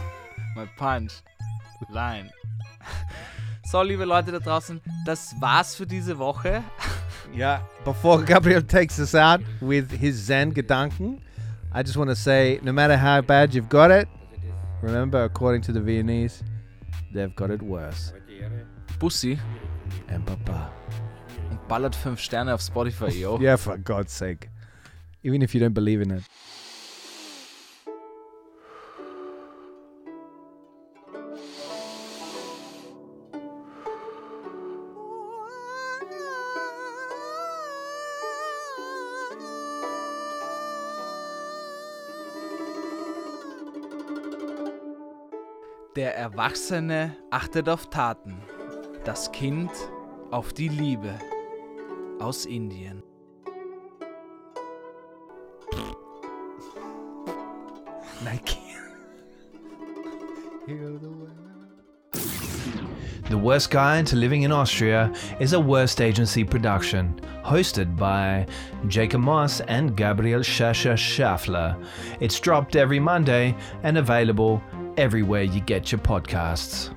[LAUGHS] my punch. Line. So, liebe Leute da draußen, das war's für diese Woche.
Yeah. Before Gabriel takes us out with his Zen Gedanken, I just want to say no matter how bad you've got it, remember, according to the Viennese, they've got it worse.
Bussi
And Papa.
und ballert 5 Sterne auf Spotify, yo.
Yeah, for God's sake. Even if you don't believe in it.
Der Erwachsene achtet auf Taten. Das Kind auf die Liebe. Aus Indien.
[LAUGHS] Nike. The Worst Guide to Living in Austria is a Worst Agency production, hosted by Jacob Moss and Gabriel Schascher Schaffler. It's dropped every Monday and available everywhere you get your podcasts.